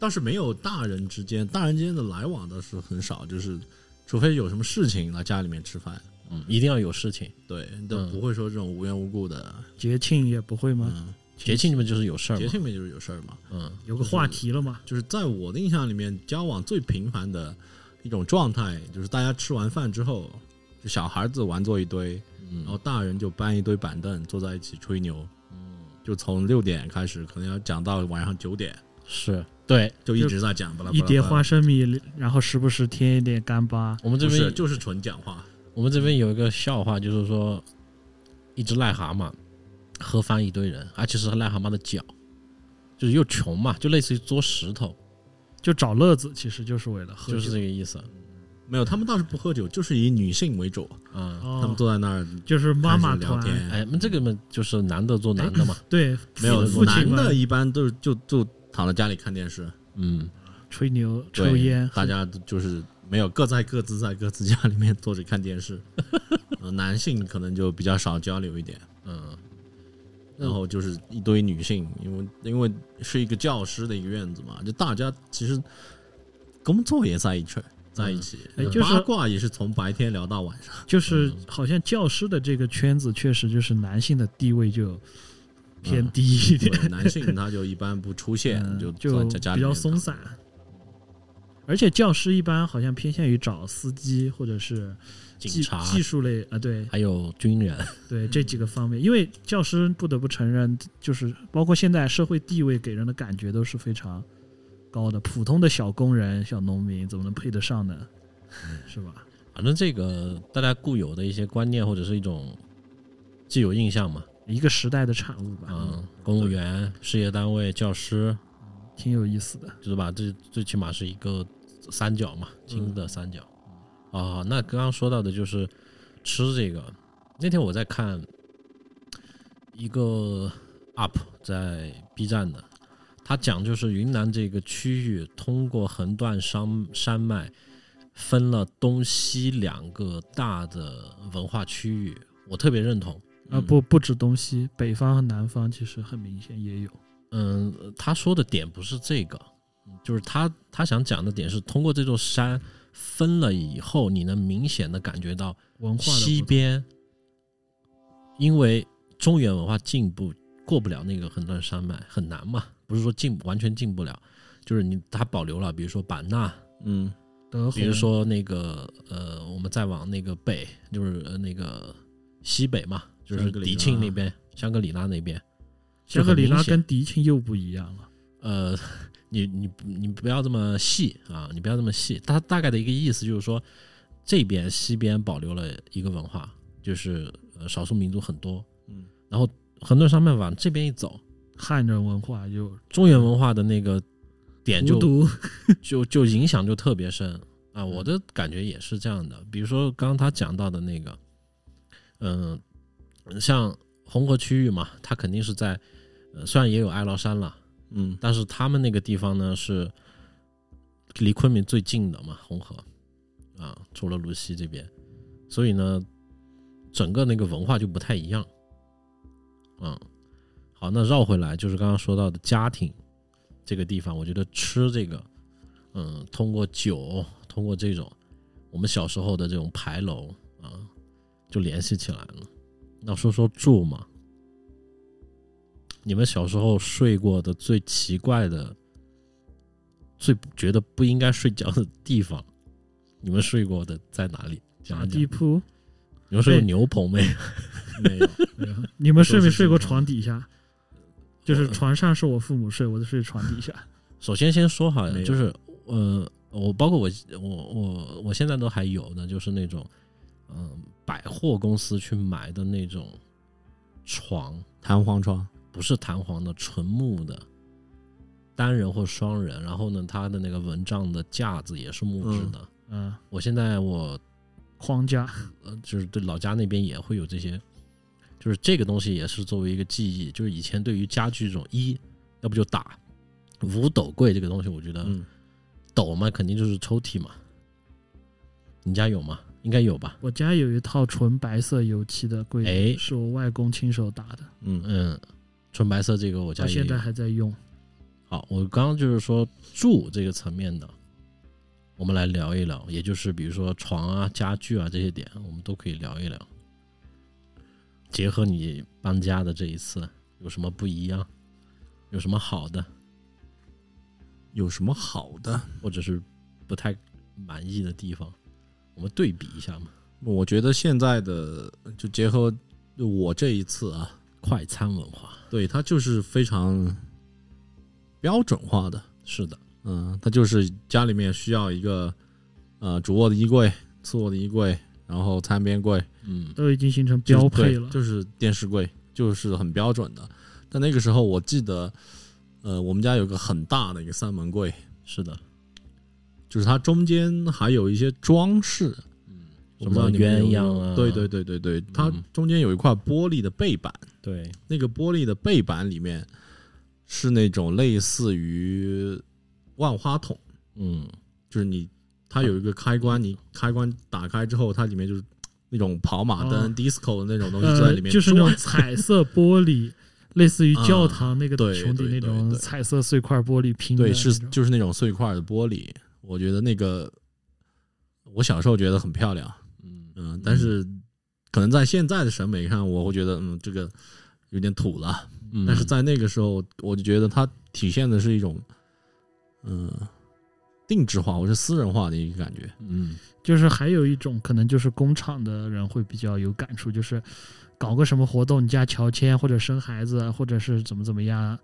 Speaker 4: 倒是没有大人之间，大人之间的来往倒是很少，就是除非有什么事情来家里面吃饭，
Speaker 2: 嗯一定要有事情。
Speaker 4: 对，但
Speaker 2: 嗯
Speaker 4: 不会说这种无缘无故的。
Speaker 3: 节庆也不会吗？
Speaker 4: 嗯，
Speaker 2: 节庆你们就是有事儿
Speaker 4: 节
Speaker 2: 嘛，
Speaker 4: 庆面就是有事儿嘛。
Speaker 2: 嗯，
Speaker 3: 有个话题了嘛？
Speaker 4: 就是在我的印象里面，交往最频繁的一种状态，就是大家吃完饭之后，就小孩子玩坐一堆，然后大人就搬一堆板凳坐在一起吹牛，就从六点开始，可能要讲到晚上九点，
Speaker 2: 是对
Speaker 4: 就一直在讲，巴拉巴拉
Speaker 3: 一碟
Speaker 4: 巴拉
Speaker 3: 花生米，然后时不时添一点干巴，
Speaker 2: 我们这
Speaker 4: 不是
Speaker 2: 边
Speaker 4: 就是纯讲话，
Speaker 2: 我们这边有一个笑话，就是说一只癞蛤蟆喝翻一堆人，而且是癞蛤蟆的脚，就是又穷嘛，就类似于捉石头，
Speaker 3: 就找乐子，其实就是为了喝酒。
Speaker 2: 就是这个意思啊、
Speaker 4: 没有，他们倒是不喝酒，就是以女性为主，
Speaker 2: 嗯。
Speaker 4: 他们
Speaker 3: 哦，
Speaker 4: 坐在那儿
Speaker 3: 就是妈妈
Speaker 4: 开始聊
Speaker 3: 团，
Speaker 4: 天，
Speaker 2: 哎，那这个嘛，就是男的做男的 嘛，
Speaker 3: 对，
Speaker 4: 没有
Speaker 3: 父亲
Speaker 4: 男
Speaker 3: 们
Speaker 4: 的一般都是就就躺在家里看电视，
Speaker 2: 嗯，
Speaker 3: 吹牛、
Speaker 4: 对
Speaker 3: 抽烟，
Speaker 4: 大家都就是没有各在各自在各自家里面坐着看电视。 呃，男性可能就比较少交流一点，
Speaker 2: 嗯，
Speaker 4: 然后就是一堆女性，因为因为是一个教师的一个院子嘛，就大家其实工作也在一起，在一起，呃
Speaker 3: 哎就是
Speaker 4: 八卦也是从白天聊到晚上。
Speaker 3: 就是好像教师的这个圈子，确实就是男性的地位就偏低一点，
Speaker 4: 嗯对男 性他就一般不出现，
Speaker 3: 嗯
Speaker 4: 就
Speaker 3: 就
Speaker 4: 在在家里
Speaker 3: 比较
Speaker 4: 面
Speaker 3: 松散。而且教师一般好像偏向于找司机或者是
Speaker 2: 嗯
Speaker 3: 技
Speaker 2: 警察
Speaker 3: 技术类啊，对
Speaker 2: 还有军人，
Speaker 4: 嗯
Speaker 3: 对这几个方面，因为教师不得不承认，就是包括现在社会地位给人的感觉都是非常高的，普通的小工人、小农民怎么能配得上呢？
Speaker 4: 嗯
Speaker 3: 是吧？
Speaker 2: 反正这个大家固有的一些观念或者是一种既有印象嘛，
Speaker 3: 一个时代的产物吧，
Speaker 2: 嗯，公务员、事业单位、教师，
Speaker 3: 挺有意思的。
Speaker 2: 就是吧？这最起码是一个三角嘛，金的三角。啊、那刚刚说到的就是吃这个。那天我在看一个 UP 在 B 站的，他讲就是云南这个区域通过横断山山脉分了东西两个大的文化区域，我特别认同。
Speaker 3: 啊，不
Speaker 2: 嗯
Speaker 3: 不止东西，北方和南方其实很明显也有。
Speaker 2: 嗯，他说的点不是这个，就是他他想讲的点是，通过这座山分了以后，你能明显的感觉到
Speaker 3: 文化的
Speaker 2: 西
Speaker 3: 不同
Speaker 2: 边，因为中原文化进步过不了那个横断山脉，很难嘛，不是说进完全进不了，就是你它保留了，比如说版纳，
Speaker 4: 嗯，
Speaker 3: 德
Speaker 2: 比如
Speaker 3: 宏
Speaker 2: 说那个呃，我们再往那个北，就是呃那个西北嘛，就是
Speaker 4: 香格里
Speaker 2: 迪
Speaker 4: 拉
Speaker 2: 庆那边，香格里拉那边，
Speaker 3: 香格里
Speaker 2: 就很
Speaker 3: 拉
Speaker 2: 明显
Speaker 3: 跟迪庆又不一样了。
Speaker 2: 呃，你你你不要这么细啊，你不要这么细。它大概的一个意思就是说，这边西边保留了一个文化，就是呃少数民族很多，
Speaker 4: 嗯，
Speaker 2: 然后横断山脉往这边一走，
Speaker 3: 汉人文化又
Speaker 2: 中原文化的那个点
Speaker 3: 孤
Speaker 2: 就
Speaker 3: 独，
Speaker 2: 就就影响就特别深啊。我的感觉也是这样的，比如说刚刚他讲到的那呃个，嗯、像红河区域嘛，它肯定是在呃，虽然也有哀牢山了，
Speaker 4: 嗯
Speaker 2: 但是他们那个地方呢是离昆明最近的嘛，红河啊，除了泸溪这边，所以呢，整个那个文化就不太一样。啊，好，那绕回来就是刚刚说到的家庭这个地方，我觉得吃这个，嗯，通过酒，通过这种我们小时候的这种牌楼啊，就联系起来了。那说说住嘛，你们小时候睡过的最奇怪的、最觉得不应该睡觉的地方，你们睡过的在哪里？讲
Speaker 3: 打
Speaker 2: 一讲
Speaker 3: 地。铺。
Speaker 2: 你们睡过牛棚没？
Speaker 4: 没有，
Speaker 3: 哎呀你们睡没睡过
Speaker 4: 都是这种
Speaker 3: 床底下？就是
Speaker 2: 呃
Speaker 3: 床上是我父母睡，我就睡床底下。
Speaker 2: 首先先说好
Speaker 4: 没有
Speaker 2: 就是呃，我包括我我我我现在都还有的，就是那种嗯、百货公司去买的那种床，
Speaker 4: 弹簧床，
Speaker 2: 不是弹簧的，纯木的，单人或双人。然后呢，它的那个蚊帐的架子也是木质的。
Speaker 3: 嗯，
Speaker 2: 我现在我
Speaker 3: 框架
Speaker 2: 呃，就是对老家那边也会有这些，就是这个东西也是作为一个记忆，就是以前对于家具这种一，要不就打五斗柜这个东西，我觉得
Speaker 4: 嗯，
Speaker 2: 斗嘛，肯定就是抽屉嘛。你家有吗？应该有吧。
Speaker 3: 我家有一套纯白色油漆的柜子，
Speaker 2: 哎
Speaker 3: 是我外公亲手打的，
Speaker 4: 嗯
Speaker 2: 嗯，纯白色这个我家
Speaker 3: 到
Speaker 2: 也
Speaker 3: 哦现在
Speaker 2: 有。
Speaker 3: 还在用。
Speaker 2: 好，我刚刚就是说住这个层面的，我们来聊一聊，也就是比如说床啊、家具啊这些点，我们都可以聊一聊。结合你搬家的这一次，有什么不一样？有什么好的，
Speaker 4: 有什么好的？
Speaker 2: 或者是不太满意的地方？我们对比一下嘛。
Speaker 4: 我觉得现在的就结合我这一次啊，
Speaker 2: 快餐文化
Speaker 4: 对它就是非常标准化的，
Speaker 2: 是的，
Speaker 4: 嗯，它就是家里面需要一个呃主卧的衣柜、次卧的衣柜，然后餐边柜，
Speaker 2: 嗯，
Speaker 3: 都已经形成
Speaker 4: 就是
Speaker 3: 标配
Speaker 4: 对
Speaker 3: 了。
Speaker 4: 就是电视柜，就是很标准的。但那个时候我记得，呃，我们家有个很大的一个三门柜，
Speaker 2: 是的，
Speaker 4: 就是它中间还有一些装饰，
Speaker 2: 嗯，
Speaker 4: 我
Speaker 2: 什
Speaker 4: 不知道
Speaker 2: 么
Speaker 4: 你们有
Speaker 2: 鸳
Speaker 4: 没有
Speaker 2: 鸯啊，
Speaker 4: 对对对对对，它
Speaker 2: 嗯
Speaker 4: 中间有一块玻璃的背板。
Speaker 2: 对，
Speaker 4: 那个玻璃的背板里面是那种类似于万花筒，
Speaker 2: 嗯，
Speaker 4: 就是你它有一个开关，你开关打开之后，它里面就是那种跑马灯、
Speaker 3: 哦
Speaker 4: disco 的那种东西在
Speaker 3: 呃
Speaker 4: 里，面转，
Speaker 3: 就是那种彩色玻璃，类似于教堂那个
Speaker 4: 对
Speaker 3: 穹顶
Speaker 4: 对
Speaker 3: 那
Speaker 4: 对
Speaker 3: 种
Speaker 4: 对
Speaker 3: 彩色碎块玻璃拼的
Speaker 4: 对，
Speaker 3: 那
Speaker 4: 是
Speaker 3: 种。
Speaker 4: 就是那种碎块的玻璃。我觉得那个我小时候觉得很漂亮，
Speaker 2: 嗯
Speaker 4: 嗯，但是可能在现在的审美上，我会觉得嗯这个有点土了。
Speaker 2: 嗯
Speaker 4: 但是在那个时候，我就觉得它体现的是一种，嗯、定制化或者私人化的一个感觉。
Speaker 2: 嗯
Speaker 3: 就是还有一种可能就是工厂的人会比较有感触，就是搞个什么活动，你家乔迁或者生孩子，啊或者是怎么怎么样，啊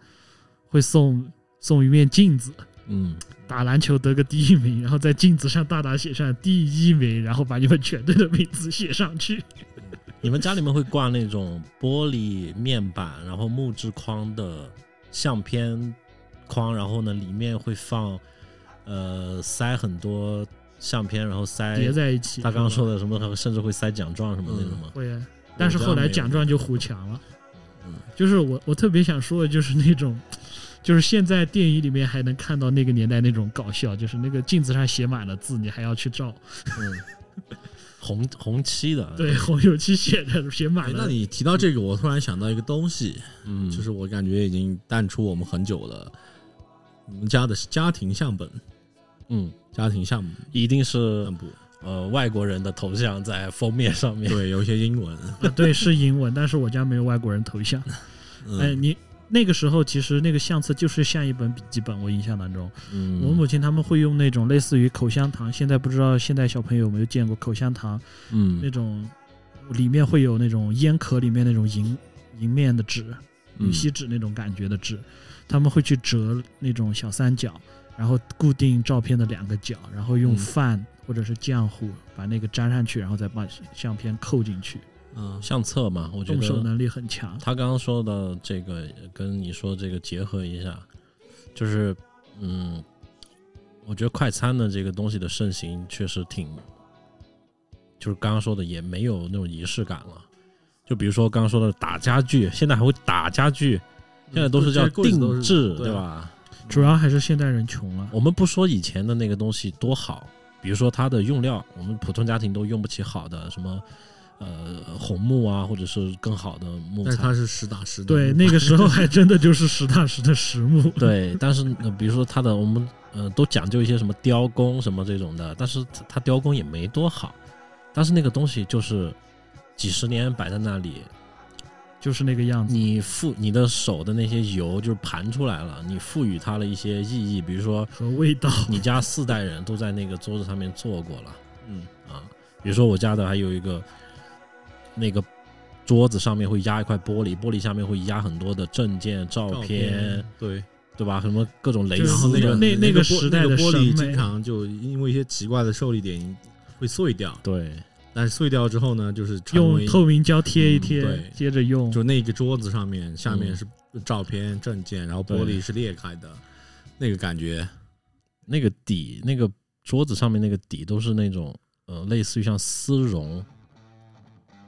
Speaker 3: 会送送一面镜子，
Speaker 2: 嗯，
Speaker 3: 打篮球得个第一名，然后在镜子上大大写上第一名，然后把你们全队的名字写上去。
Speaker 2: 你们家里面会挂那种玻璃面板，然后木质框的相片框，然后呢里面会放呃塞很多相片，然后塞
Speaker 4: 哎
Speaker 3: 叠在一起。
Speaker 2: 他刚刚说
Speaker 3: 的
Speaker 2: 的什么，甚至会塞奖状什么那种吗？
Speaker 3: 会啊，但是后来奖状就糊墙了。
Speaker 4: 嗯
Speaker 3: 就是我我特别想说的就是那种，就是现在电影里面还能看到那个年代那种搞笑，就是那个镜子上写满了字，你还要去照。
Speaker 2: 嗯红红漆的，
Speaker 3: 对， 红油漆写的
Speaker 4: 嗯
Speaker 3: 写
Speaker 4: 哎
Speaker 3: 满，
Speaker 4: 那
Speaker 3: 了。
Speaker 4: 你提到这个，我突然想到一个东西，
Speaker 2: 嗯，
Speaker 4: 就是我感觉已经淡出我们很久了。我们家的家庭相本，
Speaker 2: 嗯，
Speaker 4: 家庭相
Speaker 2: 一定是
Speaker 4: 本部，
Speaker 2: 呃外国人的头像在封面上面，
Speaker 4: 对，有一些英文。
Speaker 3: 啊，对，是英文，但是我家没有外国人头像。 哎，
Speaker 4: 嗯，
Speaker 3: 你那个时候其实那个相册就是像一本笔记本，我印象当中，
Speaker 2: 嗯，
Speaker 3: 我母亲他们会用那种类似于口香糖，现在不知道现在小朋友有没有见过口香糖那
Speaker 2: 嗯
Speaker 3: 种，里面会有那种烟壳里面那种银银面的纸，
Speaker 2: 嗯
Speaker 3: 玉锡纸那种感觉的纸，他们会去折那种小三角，然后固定照片的两个角，然后用
Speaker 2: 嗯
Speaker 3: 饭或者是浆糊把那个粘上去，然后再把相片扣进去，
Speaker 4: 嗯，
Speaker 2: 相册嘛，我觉
Speaker 3: 动
Speaker 2: 得嗯
Speaker 3: 手能力很强。
Speaker 2: 他刚刚说的这个跟你说这个结合一下，就是嗯，我觉得快餐的这个东西的盛行确实挺，就是刚刚说的也没有那种仪式感了。就比如说刚刚说的打家具，现在还会打家具，现在都是
Speaker 4: 这
Speaker 2: 叫
Speaker 4: 些柜子都是
Speaker 2: 定制，
Speaker 4: 对
Speaker 2: 对吧？
Speaker 3: 主要还是现代人穷了。
Speaker 2: 我们不说以前的那个东西多好，比如说它的用料，我们普通家庭都用不起好的什么。呃，红木啊，或者是更好的木
Speaker 4: 但是
Speaker 2: 材
Speaker 4: 它，是实打实的。
Speaker 3: 对，那个时候还真的就是实打实的实木。
Speaker 2: 对。但是，呃比如说它的，我们呃都讲究一些什么雕工什么这种的，但是它它雕工也没多好，但是那个东西就是几十年摆在那里，
Speaker 3: 就是那个样子。
Speaker 2: 你赋你的手的那些油就是盘出来了，你赋予它了一些意义，比如说
Speaker 3: 和味 道，
Speaker 2: 你家四代人都在那个桌子上面坐过了
Speaker 4: 嗯，
Speaker 2: 啊，比如说我家的还有一个那个桌子上面会压一块玻璃，玻璃下面会压很多的证件、照
Speaker 4: 照
Speaker 2: 片，
Speaker 4: 对，
Speaker 2: 对吧？什么各种蕾
Speaker 3: 就是
Speaker 2: 丝
Speaker 4: 那
Speaker 2: 的，
Speaker 4: 个
Speaker 3: 那那
Speaker 4: 那
Speaker 3: 个
Speaker 4: 个
Speaker 3: 时代
Speaker 4: 玻那
Speaker 3: 的
Speaker 4: 个玻
Speaker 3: 审美
Speaker 4: 璃经常就因为一些奇怪的受力点会碎掉，
Speaker 2: 对
Speaker 4: 但是碎掉之后呢，就是成
Speaker 3: 用
Speaker 4: 为
Speaker 3: 透明胶贴一
Speaker 4: 嗯
Speaker 3: 贴，
Speaker 4: 对
Speaker 3: 接着用。
Speaker 4: 就那个桌子上面下面
Speaker 2: 嗯
Speaker 4: 是照片、证件，然后玻璃是裂开的，那个感觉，
Speaker 2: 那个底，那个桌子上面那个底都是那种呃，类似于像丝绒，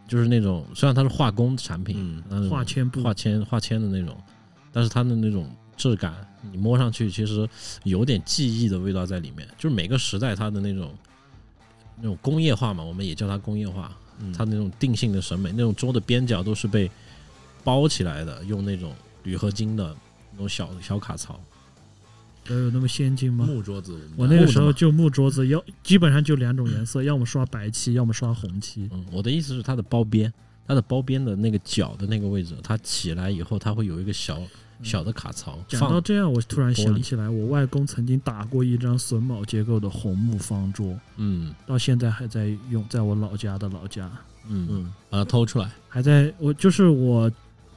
Speaker 2: 就是那种虽然它是化工产品，
Speaker 4: 嗯
Speaker 2: 那种
Speaker 3: 画铅布
Speaker 2: 画铅画铅的那种，但是它的那种质感，你摸上去其实有点记忆的味道在里面。就是每个时代它的那种那种工业化嘛，我们也叫它工业化，
Speaker 4: 嗯
Speaker 2: 它那种定性的审美，那种桌的边角都是被包起来的，用那种铝合金的那种小小卡槽。
Speaker 3: 都有那么先进吗？
Speaker 4: 木桌子们
Speaker 3: 我那个时候就木桌子，要基本上就两种颜色，要么刷白漆，要么刷红漆。
Speaker 2: 嗯，我的意思是它的包边，它的包边的那个角的那个位置，它起来以后，它会有一个小嗯小的卡槽
Speaker 3: 嗯讲到
Speaker 2: 放。
Speaker 3: 这样，我突然
Speaker 2: 玻
Speaker 3: 想
Speaker 2: 璃
Speaker 3: 起来，我外公曾经打过一张榫卯结构的红木方桌，
Speaker 2: 嗯
Speaker 3: 到现在还在用，在我老家的老家，
Speaker 2: 嗯嗯
Speaker 4: 嗯，把它偷出来，
Speaker 3: 还在我就是我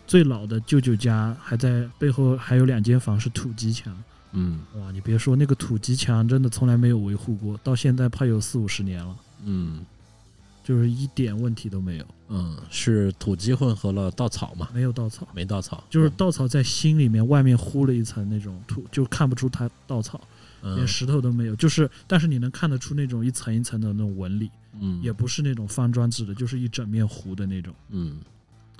Speaker 3: 最老的舅舅家，还在背后还有两间房是土机墙。
Speaker 2: 嗯
Speaker 3: 哇，你别说，那个土机墙真的从来没有维护过，到现在怕有四五十年了，
Speaker 2: 嗯
Speaker 3: 就是一点问题都没有，
Speaker 2: 嗯，是土鸡混合了稻草嘛？
Speaker 3: 没有稻草，
Speaker 2: 没稻草，
Speaker 3: 就是稻草在心里面，外面糊了一层那种土，就看不出它稻草，
Speaker 2: 嗯
Speaker 3: 连石头都没有，就是但是你能看得出那种一层一层的那种纹理，
Speaker 2: 嗯
Speaker 3: 也不是那种方砖制的，就是一整面糊的那种。
Speaker 2: 嗯，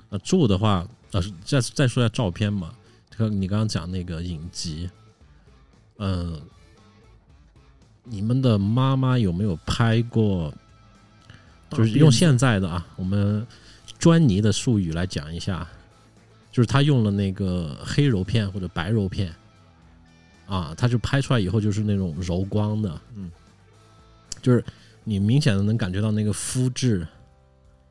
Speaker 2: 呃，住的话，呃，再再说一下照片嘛，这个你刚刚讲那个影集，嗯、你们的妈妈有没有拍过？
Speaker 3: 嗯
Speaker 2: 就是用现在的啊，我们专泥的术语来讲一下，就是他用了那个黑柔片或者白柔片，啊，他就拍出来以后就是那种柔光的，
Speaker 4: 嗯，
Speaker 2: 就是你明显的能感觉到那个肤质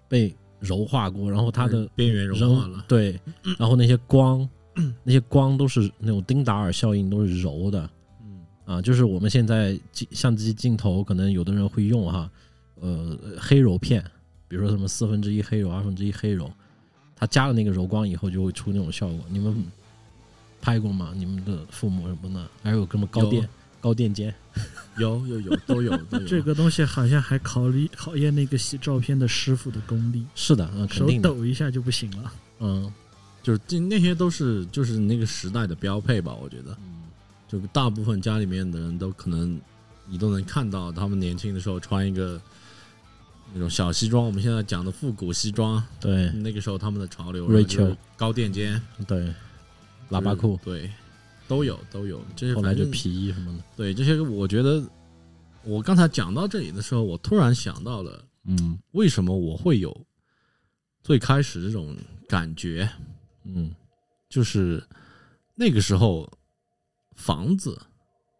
Speaker 2: 被柔化过，然后它的
Speaker 4: 边缘融化了，
Speaker 2: 对，然后那些 光，那些光都是那种丁达尔效应，都是柔的，
Speaker 4: 嗯，
Speaker 2: 啊，就是我们现在镜相机镜头，可能有的人会用哈，呃，黑柔片，比如说什么四分之一黑柔、二分之一黑柔，它加了那个柔光以后，就会出那种效果。你们拍过吗？你们的父母什么的，还有什么高电
Speaker 4: 有
Speaker 2: 高电尖？
Speaker 4: 有有有都有都有，
Speaker 3: 这个东西好像还考虑考验那个洗照片的师傅的功力，
Speaker 2: 是的，嗯，肯
Speaker 3: 手
Speaker 2: 定的，
Speaker 3: 抖一下就不行了。
Speaker 2: 嗯
Speaker 4: 就是这那些都是就是那个时代的标配吧，我觉得，
Speaker 2: 嗯
Speaker 4: 就大部分家里面的人都可能你都能看到他们年轻的时候穿一个。那种小西装，我们现在讲的复古西装，
Speaker 2: 对
Speaker 4: 那个时候他们的潮流
Speaker 2: 嗯 Rachel
Speaker 4: 就是高垫肩、
Speaker 2: 对，喇叭裤，
Speaker 4: 对，都有都有。这些
Speaker 2: 后来
Speaker 4: 反
Speaker 2: 就
Speaker 4: 正
Speaker 2: 皮衣什么的，
Speaker 4: 对这些，我觉得我刚才讲到这里的时候，我突然想到了
Speaker 2: 嗯
Speaker 4: 为什么我会有最开始这种感觉，
Speaker 2: 嗯
Speaker 4: 就是那个时候房子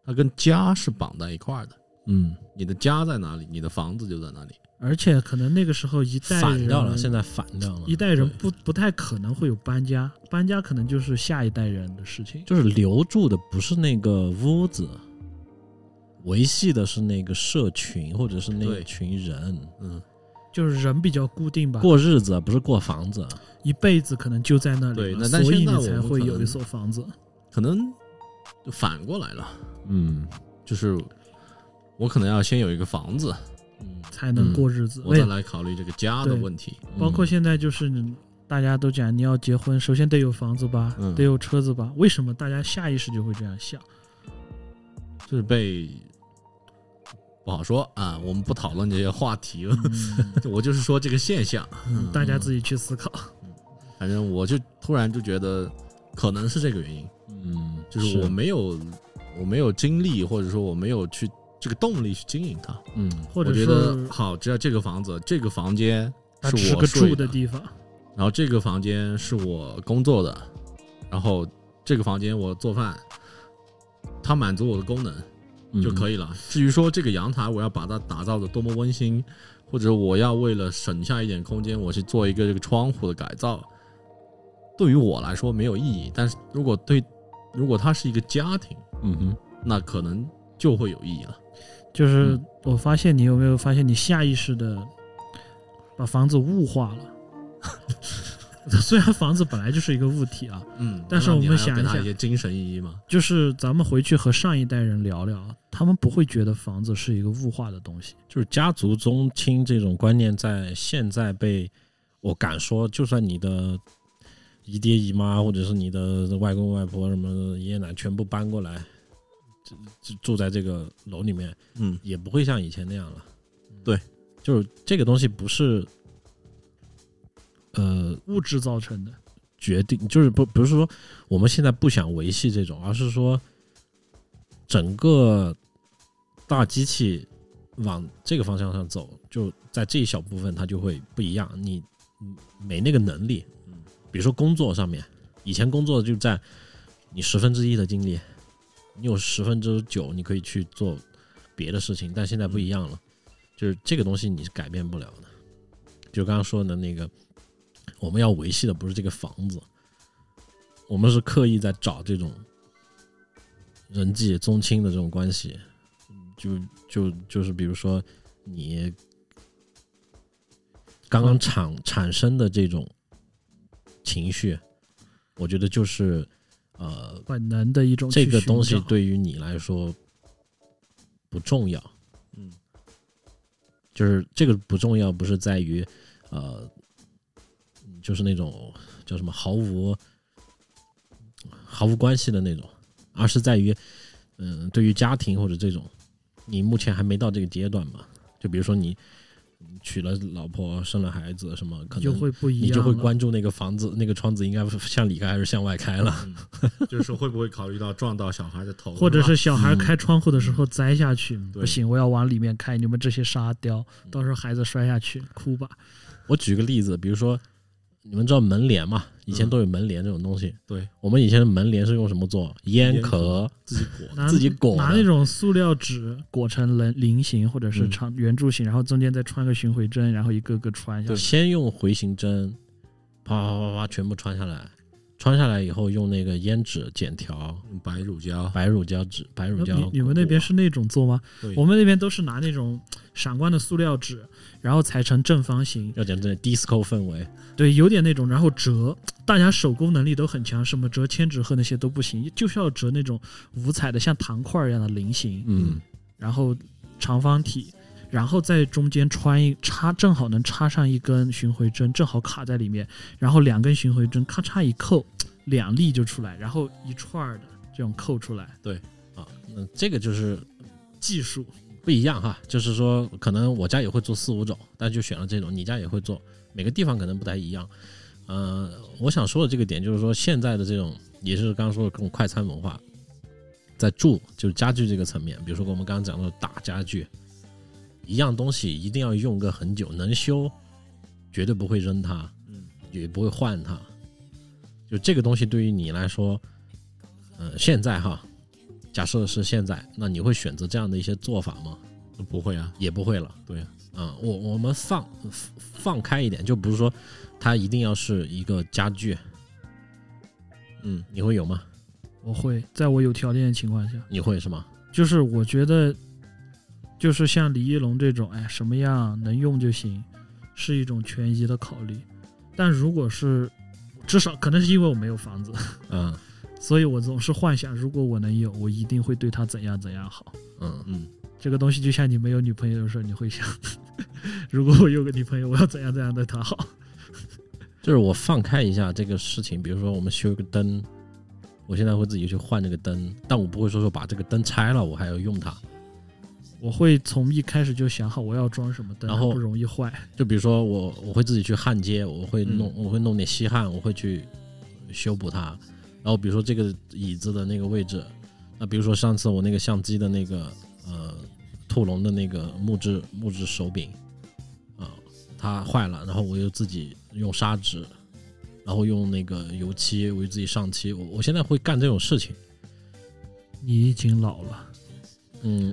Speaker 4: 它跟家是绑在一块儿的，
Speaker 2: 嗯，
Speaker 4: 你的家在哪里，你的房子就在哪里。
Speaker 3: 而且可能那个时候一代
Speaker 2: 反
Speaker 3: 人
Speaker 2: 掉了，现在反掉了，
Speaker 3: 一代人
Speaker 4: 对
Speaker 3: 不不太可能会有搬家，搬家可能就是下一代人的事情。
Speaker 2: 就是留住的不是那个屋子，维系的是那个社群或者是那
Speaker 4: 对
Speaker 2: 群人
Speaker 4: 嗯，
Speaker 3: 就是人比较固定吧，
Speaker 2: 过日子，不是过房子。
Speaker 3: 一辈子可能就在那里
Speaker 4: 对
Speaker 3: 了，
Speaker 4: 那但
Speaker 3: 所以
Speaker 4: 现在
Speaker 3: 你
Speaker 4: 我
Speaker 3: 才
Speaker 4: 们
Speaker 3: 会
Speaker 4: 可
Speaker 3: 有一
Speaker 4: 能嗯
Speaker 3: 所房子。
Speaker 4: 可能就反过来了，
Speaker 2: 嗯
Speaker 4: 就是我可能要先有一个房子，
Speaker 2: 嗯
Speaker 3: 才能
Speaker 4: 嗯
Speaker 3: 过日子。
Speaker 4: 我再嗯
Speaker 3: 哎
Speaker 4: 来考虑这个家的
Speaker 3: 对
Speaker 4: 问题。
Speaker 3: 包括现在就是你大家都讲你要结婚，首先得有房子吧，
Speaker 4: 嗯
Speaker 3: 得有车子吧。为什么大家下意识就会这样 想？
Speaker 4: 就是被不好说啊，我们不讨论这些话题了，
Speaker 3: 嗯
Speaker 4: 我就是说这个现象。嗯
Speaker 3: 大家自己去思考。
Speaker 4: 反正我就突然就觉得，可能是这个原因，
Speaker 2: 嗯，
Speaker 4: 就是我没有我没有精力，或者说我没有去这个动力去经营它。
Speaker 2: 嗯，
Speaker 3: 或
Speaker 4: 我
Speaker 3: 者
Speaker 4: 觉得
Speaker 3: 说
Speaker 4: 好，只要这个房子这个房间
Speaker 3: 他
Speaker 4: 是
Speaker 3: 吃
Speaker 4: 我
Speaker 3: 个
Speaker 4: 睡
Speaker 3: 住的地方，
Speaker 4: 然后这个房间是我工作的，然后这个房间我做饭，它满足我的功能就可
Speaker 2: 以，
Speaker 4: 以了。至于说这个阳台我要把它打造的多么温馨，或者我要为了省下一点空间，我去做一个这个窗户的改造，对于我来说没有意义。但是如果对，如果它是一个家庭，
Speaker 2: 嗯哼，
Speaker 4: 那可能就会有意义了。
Speaker 3: 就是
Speaker 4: 嗯
Speaker 3: 我发现你有没有发现你下意识的把房子物化了？ 虽然房子本来就是一个物体啊，
Speaker 4: 嗯，
Speaker 3: 但是我们
Speaker 4: 难道你还要
Speaker 3: 想一
Speaker 4: 给它
Speaker 3: 下
Speaker 4: 一些精神意义吗？
Speaker 3: 就是咱们回去和上一代人聊聊啊，他们不会觉得房子是一个物化的东西。
Speaker 2: 就是家族宗亲这种观念，在现在被我敢说，就算你的姨爹姨妈或者是你的外公外婆什么爷爷奶全部搬过来，住住在这个楼里面，
Speaker 4: 嗯，
Speaker 2: 也不会像以前那样了。
Speaker 4: 对，
Speaker 2: 就是这个东西不是，呃，
Speaker 3: 物质造成的，
Speaker 2: 决定，就是不不是说我们现在不想维系这种，而是说整个大机器往这个方向上走，就在这一小部分它就会不一样，你你没那个能力
Speaker 4: 嗯。
Speaker 2: 比如说工作上面，以前工作就在你十分之一的精力，你有十分之九你可以去做别的事情，但现在不一样了，就是这个东西你是改变不了的。就刚刚说的那个，我们要维系的不是这个房子，我们是刻意在找这种人际宗亲的这种关系，就就就是比如说你刚刚产产生的这种情绪，我觉得就是呃
Speaker 3: 本能的一种
Speaker 2: 这
Speaker 3: 去
Speaker 2: 个
Speaker 3: 寻
Speaker 2: 东西
Speaker 3: 找
Speaker 2: 对于你来说不重要，
Speaker 4: 嗯，
Speaker 2: 就是这个不重要，不是在于呃，就是那种叫什么毫无毫无关系的那种，而是在于嗯、对于家庭或者这种，你目前还没到这个阶段嘛？就比如说你娶了老婆，生了孩子，什么可能
Speaker 3: 就会不一样
Speaker 2: 你
Speaker 3: 了，
Speaker 2: 就会关注那个房子那个窗子应该是向里开还是向外开了。
Speaker 4: 就是会不会考虑到撞到小孩的头，
Speaker 3: 或者
Speaker 4: 吧
Speaker 3: 是小
Speaker 2: 嗯
Speaker 3: 孩开窗户的时候栽下去，
Speaker 4: 对
Speaker 3: 不行，我要往里面开，你们这些沙雕，
Speaker 2: 嗯
Speaker 3: 到时候孩子摔下去哭吧。
Speaker 2: 我举个例子，比如说，你们知道门帘嘛？以
Speaker 3: 嗯
Speaker 2: 前都有门帘这种东西。
Speaker 4: 对，
Speaker 2: 我们以前的门帘是用什么做？烟
Speaker 4: 烟
Speaker 2: 壳
Speaker 4: 壳，自己裹
Speaker 3: 拿
Speaker 2: 自己裹
Speaker 3: 拿
Speaker 2: 的
Speaker 3: 那种塑料纸裹成菱菱形或者是
Speaker 2: 嗯
Speaker 3: 长圆柱形，然后中间再穿个巡回针，然后一个个穿下
Speaker 2: 就
Speaker 3: 去。
Speaker 2: 先用回形针，啪啪啪啪全部穿下来，穿下来以后用那个烟纸剪条，
Speaker 4: 用白乳胶，
Speaker 2: 白乳胶纸，白乳
Speaker 3: 那
Speaker 2: 胶
Speaker 3: 你你们那边是那种做吗？
Speaker 4: 对
Speaker 3: 我们那边都是拿那种闪光的塑料纸，然后裁成正方形，
Speaker 2: 要讲这 disco 氛围，
Speaker 3: 对，有点那种，然后折。大家手工能力都很强，什么折千纸鹤那些都不行，就是要折那种五彩的像糖块儿一样的菱形。
Speaker 2: 嗯，
Speaker 3: 然后长方体，然后在中间穿一插，正好能插上一根巡回针，正好卡在里面，然后两根巡回针咔嚓一扣，两粒就出来，然后一串儿的这种扣出来，
Speaker 2: 啊，嗯，这个就是
Speaker 3: 技术
Speaker 2: 不一样哈，就是说可能我家也会做四五种，但就选了这种，你家也会做，每个地方可能不太一样。呃，我想说的这个点就是说，现在的这种也是刚刚说的这种快餐文化，在住就是家具这个层面，比如说我们刚刚讲到的大家具，一样东西一定要用个很久，能修绝对不会扔它，
Speaker 4: 嗯，
Speaker 2: 也不会换它。就这个东西对于你来说，呃，现在哈，假设是现在，那你会选择这样的一些做法吗？
Speaker 4: 不会啊，
Speaker 2: 也不会了。
Speaker 4: 对
Speaker 2: 啊，我我们放放开一点，就不是说它一定要是一个家具，
Speaker 4: 嗯，
Speaker 2: 你会有吗？
Speaker 3: 我会在我有条件的情况下，
Speaker 2: 你会是吗？
Speaker 3: 就是我觉得，就是像李一龙这种，哎，什么样能用就行，是一种权宜的考虑，但如果是至少可能是因为我没有房子，
Speaker 2: 嗯
Speaker 3: 所以我总是幻想，如果我能有，我一定会对他怎样怎样好。
Speaker 2: 嗯，
Speaker 4: 嗯，
Speaker 3: 这个东西就像你没有女朋友的时候，你会想， 如果我有个女朋友，我要怎样怎样对她好。
Speaker 2: 就是我放开一下这个事情，比如说我们修一个灯，我现在会自己去换这个灯，但我不会说说把这个灯拆了，我还要用它。
Speaker 3: 我会从一开始就想好我要装什么灯，
Speaker 2: 然后
Speaker 3: 不容易坏。
Speaker 2: 就比如说我我会自己去焊接，我会弄、
Speaker 4: 嗯
Speaker 2: 我会弄点吸焊，我会去修补它，然后比如说这个椅子的那个位置，那比如说上次我那个相机的那个呃兔笼的那个木质木质手柄啊、它坏了，然后我又自己用砂纸，然后用那个油漆，我就自己上漆。我我现在会干这种事情。
Speaker 3: 你已经老了，
Speaker 2: 嗯，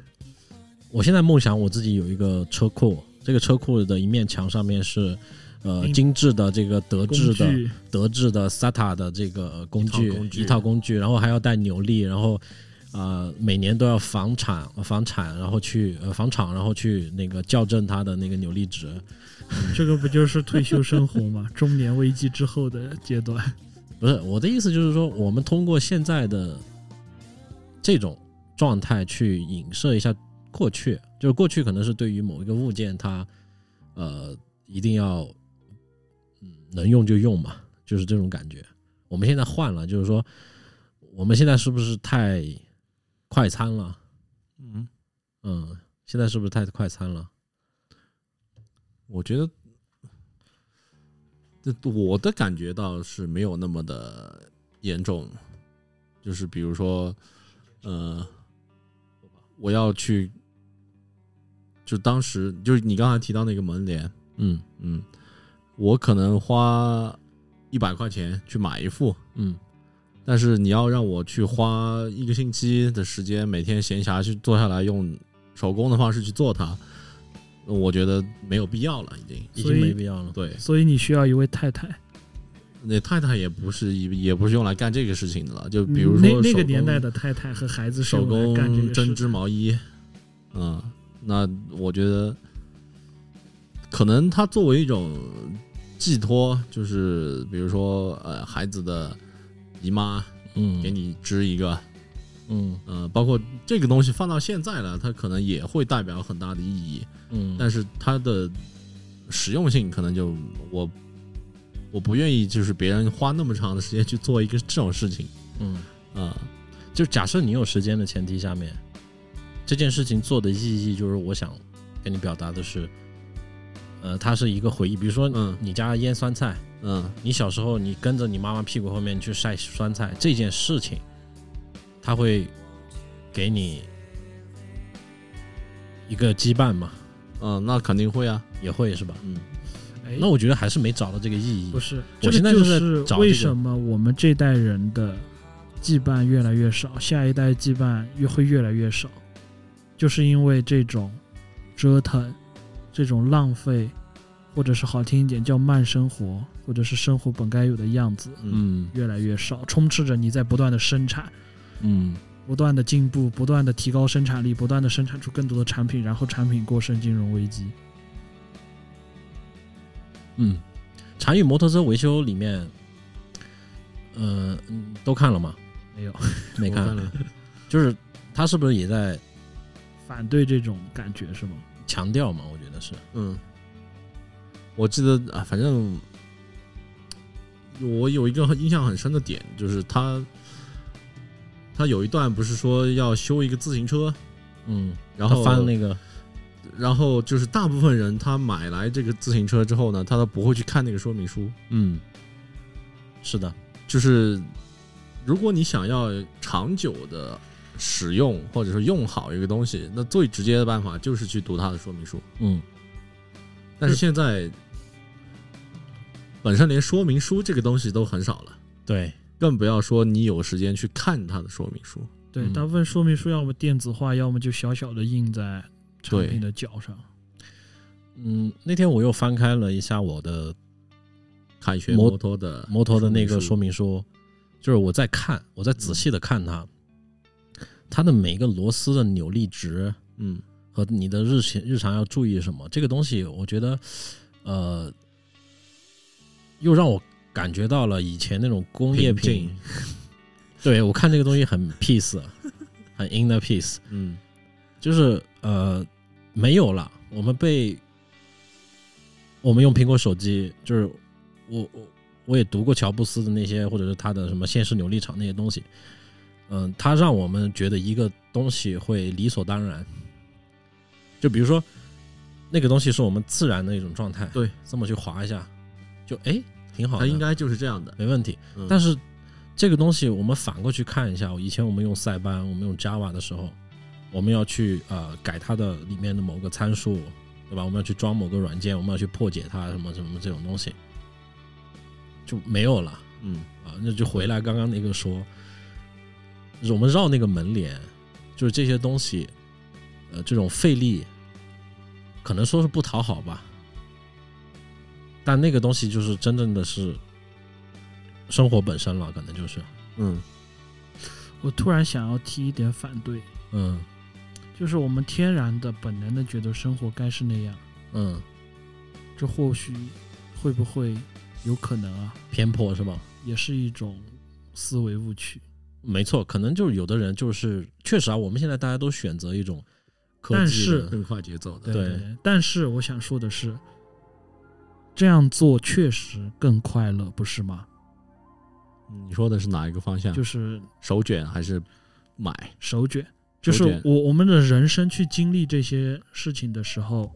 Speaker 2: 我现在梦想我自己有一个车库，这个车库的一面墙上面是，呃，
Speaker 3: 嗯
Speaker 2: 精致的这个德
Speaker 3: 工
Speaker 2: 制的
Speaker 3: 具
Speaker 2: 德制的 SATA 的这个呃工具
Speaker 4: 一套工具
Speaker 2: 一套工具，然后还要带扭力，然后呃每年都要房产房产，然后去呃房厂，然后去那个校正它的那个扭力值。
Speaker 3: 这个不就是退休生活吗？中年危机之后的阶段，
Speaker 2: 不是我的意思，就是说我们通过现在的这种状态去影射一下过去，就是过去可能是对于某一个物件它，呃一定要嗯能用就用嘛，就是这种感觉。我们现在换了，就是说我们现在是不是太快餐了？
Speaker 1: 嗯，
Speaker 2: 嗯，现在是不是太快餐了？
Speaker 4: 我觉得，这我的感觉倒是没有那么的严重，就是比如说，呃，我要去，就当时就是你刚才提到那个门帘，
Speaker 2: 嗯
Speaker 4: 嗯，我可能花一百块钱去买一副，
Speaker 2: 嗯
Speaker 4: 但是你要让我去花一个星期的时间，每天闲暇去坐下来用手工的方式去做它，我觉得没有必要了，已经。
Speaker 2: 已
Speaker 3: 所
Speaker 2: 经
Speaker 3: 以
Speaker 2: 没必要了。
Speaker 4: 对，
Speaker 3: 所以你需要一位太太。
Speaker 4: 那太太也不是也不是用来干这个事情的了，就比如
Speaker 3: 嗯
Speaker 4: 说
Speaker 3: 那那个
Speaker 4: 手工
Speaker 3: 年代的太太和孩子是
Speaker 4: 手
Speaker 3: 用来干这
Speaker 4: 工
Speaker 3: 个事
Speaker 4: 针
Speaker 3: 的
Speaker 4: 织毛衣，嗯，那我觉得可能它作为一种寄托，就是比如说呃孩子的姨妈
Speaker 2: 嗯，
Speaker 4: 给你织一个，
Speaker 2: 嗯
Speaker 4: 呃，包括这个东西放到现在了，它可能也会代表很大的意义，
Speaker 2: 嗯，
Speaker 4: 但是它的实用性可能就我我不愿意，就是别人花那么长的时间去做一个这种事情
Speaker 2: 嗯。
Speaker 4: 啊、
Speaker 2: 就假设你有时间的前提下面，这件事情做的意义就是我想跟你表达的是，呃，它是一个回忆。比如说，
Speaker 4: 嗯
Speaker 2: 你家腌酸菜，
Speaker 4: 嗯
Speaker 2: 你小时候你跟着你妈妈屁股后面去晒酸菜这件事情，它会给你一个羁绊嘛，
Speaker 4: 嗯，那肯定会啊，
Speaker 2: 也会是吧？
Speaker 4: 嗯
Speaker 3: 哎
Speaker 2: 那我觉得还是没找到这个意义
Speaker 3: 不。是，
Speaker 2: 我
Speaker 3: 这
Speaker 2: 现在
Speaker 3: 个
Speaker 2: 就
Speaker 3: 就
Speaker 2: 是
Speaker 3: 是
Speaker 2: 找
Speaker 3: 为
Speaker 2: 这个
Speaker 3: 什么我们这代人的羁绊越来越少，下一代羁绊越会越来越少，就是因为这种折腾、这种浪费，或者是好听一点叫慢生活，或者是生活本该有的样子
Speaker 4: 嗯
Speaker 2: 嗯
Speaker 3: 越来越少，充斥着你在不断的生产。
Speaker 2: 嗯
Speaker 3: 不断的进步，不断的提高生产力，不断的生产出更多的产品，然后产品过剩，金融危机。
Speaker 2: 嗯，禅语摩托车维修里面，呃，嗯都看了吗？
Speaker 3: 没有
Speaker 2: 没
Speaker 4: 我
Speaker 2: 看
Speaker 4: 看，了
Speaker 2: 就是他是不是也在
Speaker 3: 反对这种感觉是吗？
Speaker 2: 强调嘛？我觉得是，
Speaker 4: 嗯，我记得啊，反正我有一个印象很深的点，就是他他有一段不是说要修一个自行车，
Speaker 2: 嗯，
Speaker 4: 然后
Speaker 2: 他翻那个，
Speaker 4: 然后就是大部分人他买来这个自行车之后呢，他都不会去看那个说明书。
Speaker 2: 嗯，是的，
Speaker 4: 就是如果你想要长久的使用或者说用好一个东西，那最直接的办法就是去读它的说明书。
Speaker 2: 嗯
Speaker 4: 但是现在本身连说明书这个东西都很少了，
Speaker 2: 对，
Speaker 4: 更不要说你有时间去看它的说明书。
Speaker 3: 对，
Speaker 2: 嗯
Speaker 3: 大部分说明书要么电子化，要么就小小的印在产品的脚上。
Speaker 2: 嗯，那天我又翻开了一下我的
Speaker 4: 凯旋
Speaker 2: 摩
Speaker 4: 摩托的
Speaker 2: 摩托的那个说
Speaker 4: 明
Speaker 2: 明书，就是我在看，我在仔细的看它，它的每一个螺丝的扭力值
Speaker 4: 书，嗯
Speaker 2: 和你的日常日常要注意什么，这个东西我觉得，呃，又让我感觉到了以前那种工业
Speaker 4: 平静
Speaker 2: 品对我看这个东西很 peace，很 inner peace，
Speaker 4: 嗯
Speaker 2: 就是呃没有了，我们被我们用苹果手机，就是我我我也读过乔布斯的那些，或者是他的什么现实扭力场那些东西，嗯、他让我们觉得一个东西会理所当然，就比如说那个东西是我们自然的一种状态，
Speaker 4: 对，
Speaker 2: 这么去划一下，就哎挺好的，
Speaker 4: 它应该就是这样的。
Speaker 2: 没问题。
Speaker 4: 嗯
Speaker 2: 但是这个东西我们反过去看一下，以前我们用塞班，我们用 Java 的时候，我们要去呃改它的里面的某个参数，对吧？我们要去装某个软件，我们要去破解它什么什么这种东西，就没有了。
Speaker 1: 嗯，
Speaker 2: 啊，那就回来刚刚那个说，我们绕那个门帘，就是这些东西，呃，这种费力，可能说是不讨好吧，但那个东西就是真正的是生活本身了，可能就是，
Speaker 4: 嗯
Speaker 3: 我突然想要提一点反对，
Speaker 2: 嗯
Speaker 3: 就是我们天然的、本能的觉得生活该是那样，
Speaker 2: 嗯，
Speaker 3: 这或许会不会有可能啊，
Speaker 2: 偏颇是吧？
Speaker 3: 也是一种思维误区。
Speaker 2: 没错，可能就是有的人就是确实啊，我们现在大家都选择一种科技的，
Speaker 3: 但是
Speaker 4: 更快节奏的，
Speaker 3: 对
Speaker 2: 对
Speaker 3: 对，但是我想说的是，这样做确实更快乐，不是吗？
Speaker 4: 你说的是哪一个方向？
Speaker 3: 就是
Speaker 4: 手卷还是买？
Speaker 3: 啊手卷，就
Speaker 4: 手
Speaker 3: 是
Speaker 4: 卷
Speaker 3: 我我们的人生去经历这些事情的时候，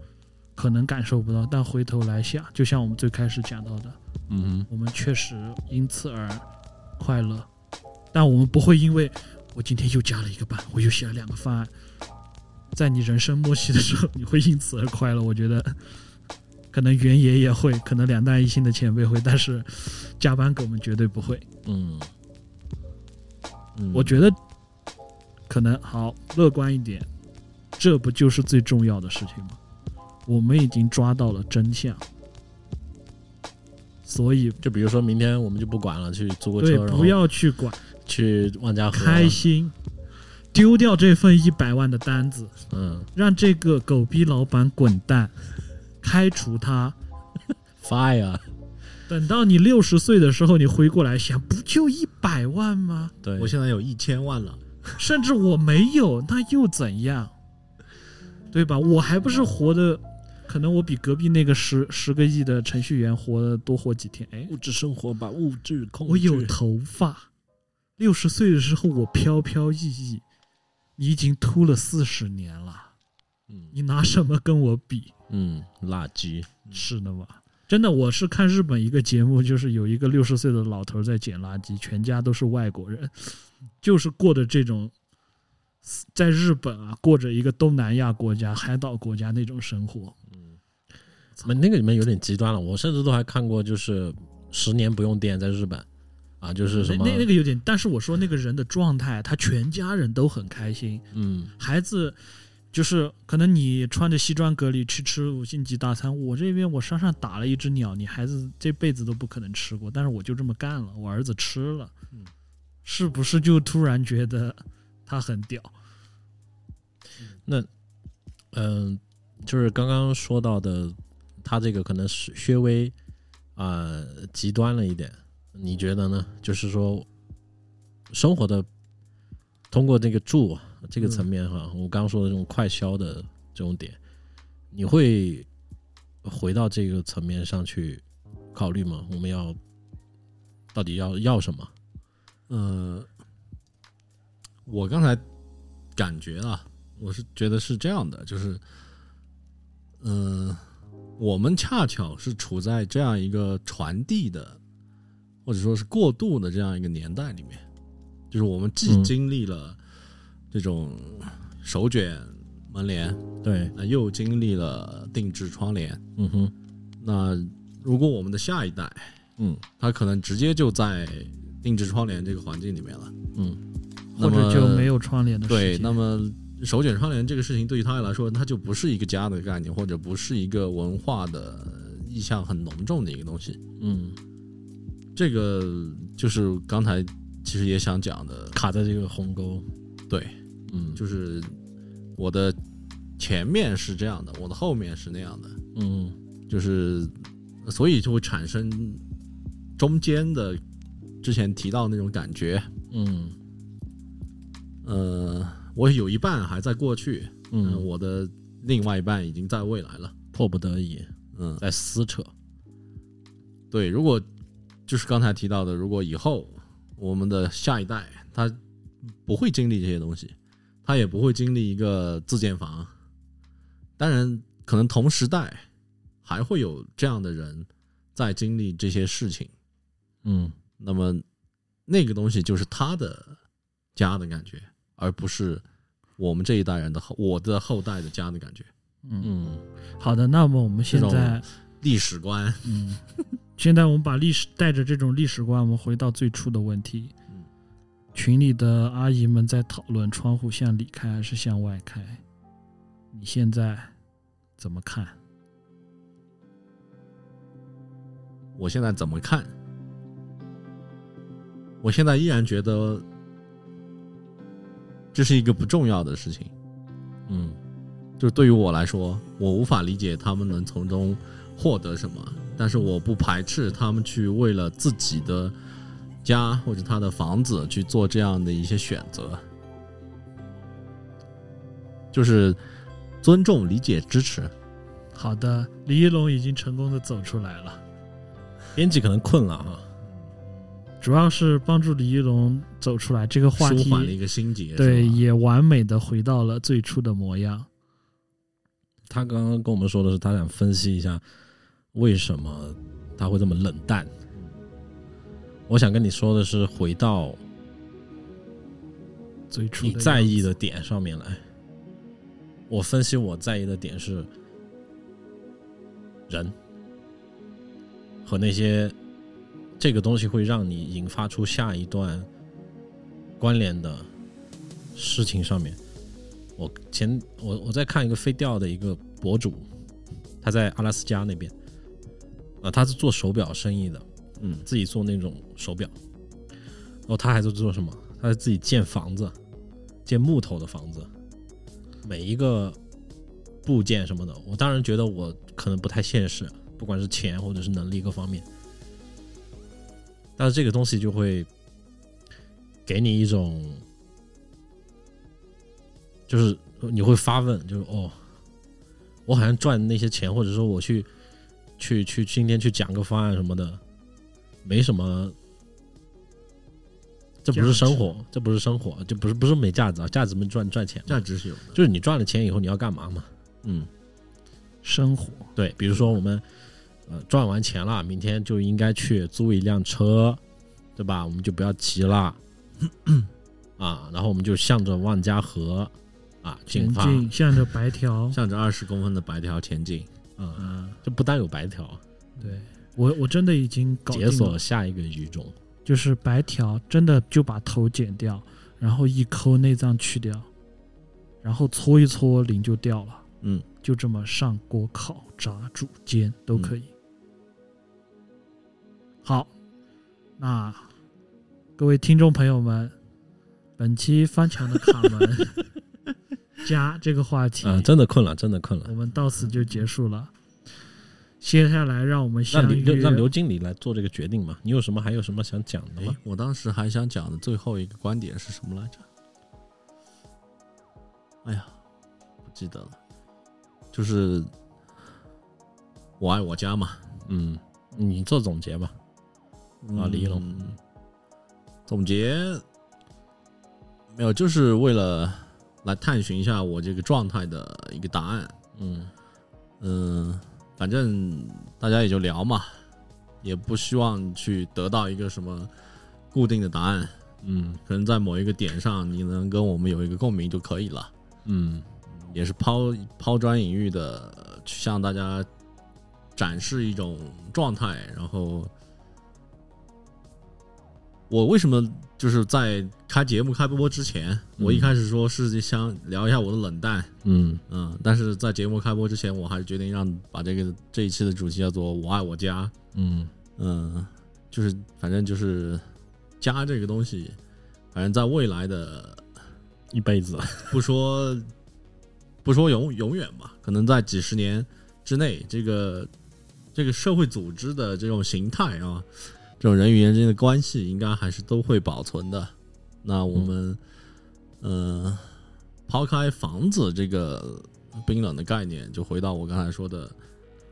Speaker 3: 可能感受不到，但回头来想，就像我们最开始讲到的，
Speaker 4: 嗯
Speaker 3: 我们确实因此而快乐，但我们不会因为我今天又加了一个班，我又写了两个方案，在你人生末期的时候，你会因此而快乐。我觉得，可能袁爷也会，可能两弹一星的前辈会，但是加班狗们绝对不会。
Speaker 2: 嗯
Speaker 4: 嗯，
Speaker 3: 我觉得，可能好乐观一点，这不就是最重要的事情吗？我们已经抓到了真相，所以
Speaker 2: 就比如说明天我们就不管了，去租个
Speaker 3: 对
Speaker 2: 车，然后
Speaker 3: 不要去管。
Speaker 2: 去万家河，
Speaker 3: 开心，丢掉这份一百万的单子，
Speaker 2: 嗯，
Speaker 3: 让这个狗逼老板滚蛋，开除他。
Speaker 2: fire，
Speaker 3: 等到你六十岁的时候，你回过来想，不就一百万吗？
Speaker 2: 对，
Speaker 4: 我现在有一千万了，
Speaker 3: 甚至我没有，那又怎样？对吧？我还不是活的，可能我比隔壁那个十十个亿的程序员活的多活几天。哎，
Speaker 2: 物质生活把物质控制。
Speaker 3: 我有头发，六十岁的时候我飘飘逸逸，你已经秃了四十年了。
Speaker 2: 嗯
Speaker 3: 你拿什么跟我比？
Speaker 2: 嗯，垃圾，
Speaker 3: 是的吧？真的，我是看日本一个节目，就是有一个六十岁的老头在捡垃圾，全家都是外国人，
Speaker 2: 嗯
Speaker 3: 就是过着这种，在日本啊，过着一个东南亚国家、海岛国家那种生活。
Speaker 2: 那那个里面有点极端了。我甚至都还看过，就是十年不用电在日本，啊，就是什
Speaker 3: 那
Speaker 2: 么
Speaker 3: 那那个有点，但是我说那个人的状态，他全家人都很开心，
Speaker 2: 嗯
Speaker 3: 孩子就是可能你穿着西装革履去吃五星级大餐，我这边我山上打了一只鸟，你孩子这辈子都不可能吃过，但是我就这么干了，我儿子吃了，
Speaker 4: 嗯
Speaker 3: 是不是就突然觉得他很屌？
Speaker 2: 嗯、就是刚刚说到的，他这个可能是略微啊、呃极端了一点，你觉得呢？就是说生活的通过这个住啊这个层面哈，我刚刚说的这种快消的这种点，你会回到这个层面上去考虑吗？我们要到底要要什么？
Speaker 4: 呃，我刚才感觉啊，我是觉得是这样的，就是，嗯、我们恰巧是处在这样一个传递的，或者说是过渡的这样一个年代里面，就是我们既
Speaker 2: 嗯
Speaker 4: 经历了这种手卷门帘，
Speaker 2: 对，
Speaker 4: 那又经历了定制窗帘，
Speaker 2: 嗯哼，
Speaker 4: 那如果我们的下一代，
Speaker 2: 嗯
Speaker 4: 他可能直接就在定制窗帘这个环境里面了。
Speaker 2: 嗯，
Speaker 4: 那
Speaker 3: 或
Speaker 4: 么
Speaker 3: 者就没有窗帘的世
Speaker 4: 对，
Speaker 3: 界？
Speaker 4: 那么手卷窗帘这个事情对于他来说，它就不是一个家的概念，或者不是一个文化的意向很浓重的一个东西。
Speaker 2: 嗯，
Speaker 4: 这个就是刚才其实也想讲的，
Speaker 2: 卡在这个鸿沟，
Speaker 4: 对，
Speaker 2: 嗯，
Speaker 4: 就是我的前面是这样的，我的后面是那样的，
Speaker 2: 嗯
Speaker 4: 就是所以就会产生中间的之前提到那种感觉，
Speaker 2: 嗯
Speaker 4: 呃，我有一半还在过去，嗯、
Speaker 2: 嗯，
Speaker 4: 我的另外一半已经在未来了。
Speaker 2: 迫不得已
Speaker 4: 嗯，
Speaker 2: 在撕扯，
Speaker 4: 对，如果就是刚才提到的，如果以后我们的下一代他不会经历这些东西，他也不会经历一个自建房。当然，可能同时代还会有这样的人在经历这些事情。
Speaker 2: 嗯
Speaker 4: 那么那个东西就是他的家的感觉，而不是我们这一代人的后我的后代的家的感觉。
Speaker 3: 嗯，
Speaker 2: 嗯，
Speaker 3: 好的，那么我们现
Speaker 4: 这
Speaker 3: 在
Speaker 4: 种历史观，
Speaker 3: 嗯，现在我们把历史带着这种历史观，我们回到最初的问题
Speaker 4: 嗯。
Speaker 3: 群里的阿姨们在讨论窗户向里开还是向外开，你现在怎么看？
Speaker 4: 我现在怎么看？我现在依然觉得这是一个不重要的事情。嗯，就是对于我来说，我无法理解他们能从中获得什么，但是我不排斥他们去为了自己的家或者他的房子去做这样的一些选择，就是尊重、理解、支持。
Speaker 3: 好的，李一龙已经成功的走出来了，
Speaker 2: 编辑可能困了啊哈，
Speaker 3: 主要是帮助李一龙走出来这个话
Speaker 4: 舒
Speaker 3: 题
Speaker 4: 缓了一个心结，
Speaker 3: 对，
Speaker 4: 是吧
Speaker 3: 也完美的回到了最初的模样。
Speaker 2: 他刚刚跟我们说的是，他想分析一下为什么他会这么冷淡。我想跟你说的是，回到
Speaker 3: 最初
Speaker 2: 你
Speaker 3: 的
Speaker 2: 在
Speaker 3: 样
Speaker 2: 意
Speaker 3: 子
Speaker 2: 的点上面来。我分析我在意的点是人和那些这个东西会让你引发出下一段关联的事情上面。我前我我在看一个飞钓的一个博主，他在阿拉斯加那边，呃，他是做手表生意的，
Speaker 4: 嗯，
Speaker 2: 自己做那种手表，然后他还是做什么？他是自己建房子，建木头的房子，每一个部件什么的。我当然觉得我可能不太现实，不管是钱或者是能力各方面，但是这个东西就会给你一种，就是你会发问，就是哦，我好像赚那些钱，或者说我去去去今天去讲个方案什么的，没什么。这不是生活，这不是生活，这不是不是没价值啊！价值没赚赚钱嘛，
Speaker 4: 价值是有的。
Speaker 2: 就是你赚了钱以后你要干嘛嘛？
Speaker 4: 嗯，。
Speaker 3: 生活，
Speaker 2: 对，比如说我们呃赚完钱了，明天就应该去租一辆车，对吧？我们就不要急了啊，然后我们就向着万家河啊进
Speaker 3: 前
Speaker 2: 发
Speaker 3: 进向着白条
Speaker 4: 向着二十公分的白条前进。
Speaker 2: 啊，
Speaker 3: 嗯，
Speaker 2: 就不单有白条，
Speaker 3: 对我我真的已经搞定
Speaker 2: 解锁
Speaker 3: 了，
Speaker 2: 下一个语种。
Speaker 3: 就是白条真的就把头剪掉，然后一抠内脏去掉，然后搓一搓鳞就掉了。
Speaker 4: 嗯，
Speaker 3: 就这么上锅烤、炸、煮、煎都可以。好，那各位听众朋友们，本期翻墙的卡门加这个话题
Speaker 2: 啊，真的困了，真的困
Speaker 3: 我
Speaker 2: 了。
Speaker 3: 们到此就结束了。接下来让我们
Speaker 2: 让
Speaker 3: 相
Speaker 2: 刘
Speaker 3: 约，
Speaker 2: 让刘经理来做这个决定嘛？你有什么还有什么想讲的吗
Speaker 4: 哎？，我当时还想讲的最后一个观点是什么来着？哎呀，不记得了。就是我爱我家嘛。
Speaker 3: 哎
Speaker 2: 嗯，你做总结吧。啊李一龙
Speaker 4: 嗯总结没有，就是为了来探寻一下我这个状态的一个答案。
Speaker 2: 嗯
Speaker 4: 嗯，反正大家也就聊嘛，也不希望去得到一个什么固定的答案。
Speaker 2: 嗯
Speaker 4: 可能在某一个点上，你能跟我们有一个共鸣就可以了。
Speaker 2: 嗯
Speaker 4: 也是抛抛砖引玉的，呃去向大家展示一种状态。然后，我为什么就是在开节目开播之前，我一
Speaker 2: 嗯
Speaker 4: 开始说是想聊一下我的冷淡，
Speaker 2: 嗯
Speaker 4: 嗯，但是在节目开播之前，我还是决定让把这个这一期的主题叫做“我爱我家”，
Speaker 2: 嗯
Speaker 4: 嗯，就是反正就是家这个东西，反正在未来的
Speaker 2: 一辈子。
Speaker 4: 不说不说永永远吧，可能在几十年之内，这个这个社会组织的这种形态啊，这种人与人之间的关系，应该还是都会保存的。那我们，呃，抛开房子这个冰冷的概念，就回到我刚才说的，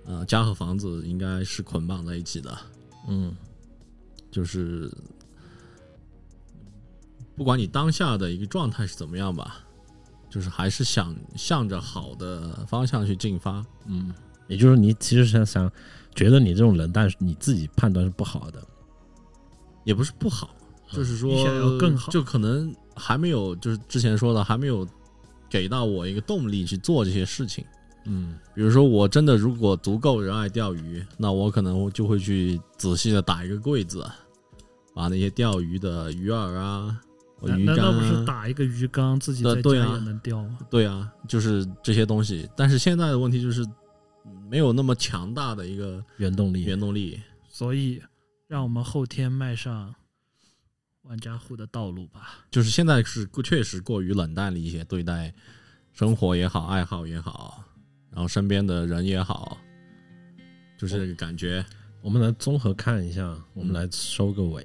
Speaker 4: 呃，家和房子应该是捆绑在一起的。
Speaker 2: 嗯
Speaker 4: 就是不管你当下的一个状态是怎么样吧，就是还是想向着好的方向去进发。
Speaker 2: 嗯，也就是你其实想想，觉得你这种人，但是你自己判断是不好的。
Speaker 4: 也不是不好，就是
Speaker 3: 你
Speaker 4: 说
Speaker 3: 嗯想要更好
Speaker 4: 就可能还没有，就是之前说的还没有给到我一个动力去做这些事情。
Speaker 2: 嗯
Speaker 4: 比如说，我真的如果足够热爱钓鱼，那我可能就会去仔细的打一个柜子，把那些钓鱼的鱼饵啊、鱼
Speaker 3: 难
Speaker 4: 竿
Speaker 3: 道不是
Speaker 4: 啊，
Speaker 3: 打一个鱼缸自己在
Speaker 4: 呃
Speaker 3: 家
Speaker 4: 对啊
Speaker 3: 也能钓 吗？
Speaker 4: 对啊，就是这些东西。但是现在的问题就是没有那么强大的一个
Speaker 2: 原动力
Speaker 4: 原动力。
Speaker 3: 所以，让我们后天迈上万家户的道路吧。
Speaker 4: 就是现在是过确实过于冷淡了一些，对待生活也好，爱好也好，然后身边的人也好，就是
Speaker 2: 哦
Speaker 4: 这个感觉。
Speaker 2: 我们来综合看一下，我们来收个尾。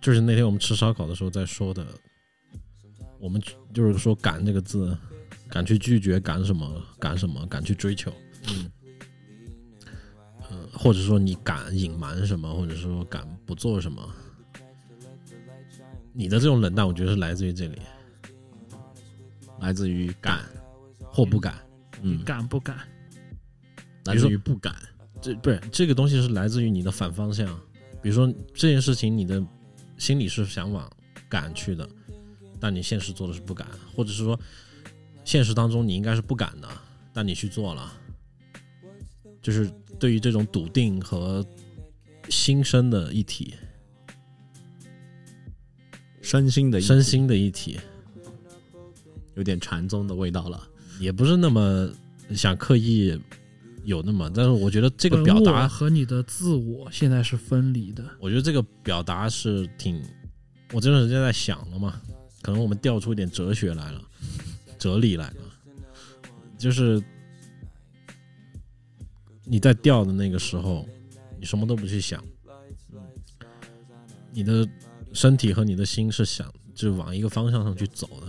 Speaker 2: 就是那天我们吃烧烤的时候在说的，我们就是说“敢”这个字，敢去拒绝，敢什么，敢什么，敢去追求。嗯，呃，或者说你敢隐瞒什么，或者说敢不做什么，你的这种冷淡，我觉得是来自于这里，
Speaker 4: 来自于敢，
Speaker 2: 或不敢。
Speaker 3: 你
Speaker 4: 嗯，
Speaker 3: 敢不敢？
Speaker 4: 来自于不敢，
Speaker 2: 这不是这个东西是来自于你的反方向，比如说这件事情，你的心里是想往敢去的，但你现实做的是不敢，或者是说现实当中你应该是不敢的，但你去做了，就是对于这种笃定和心身的一体，
Speaker 4: 身心的一
Speaker 2: 身心的一体，
Speaker 4: 有点禅宗的味道了。
Speaker 2: 也不是那么想刻意有那么，但是我觉得这
Speaker 3: 这
Speaker 2: 个表达
Speaker 3: 和你的自我现在是分离的。
Speaker 2: 我觉得这个表达是挺，我这段时间在想了嘛，可能我们调出一点哲学来了，哲理来了，就是你在钓的那个时候，你什么都不去想，嗯你的身体和你的心是想就往一个方向上去走的。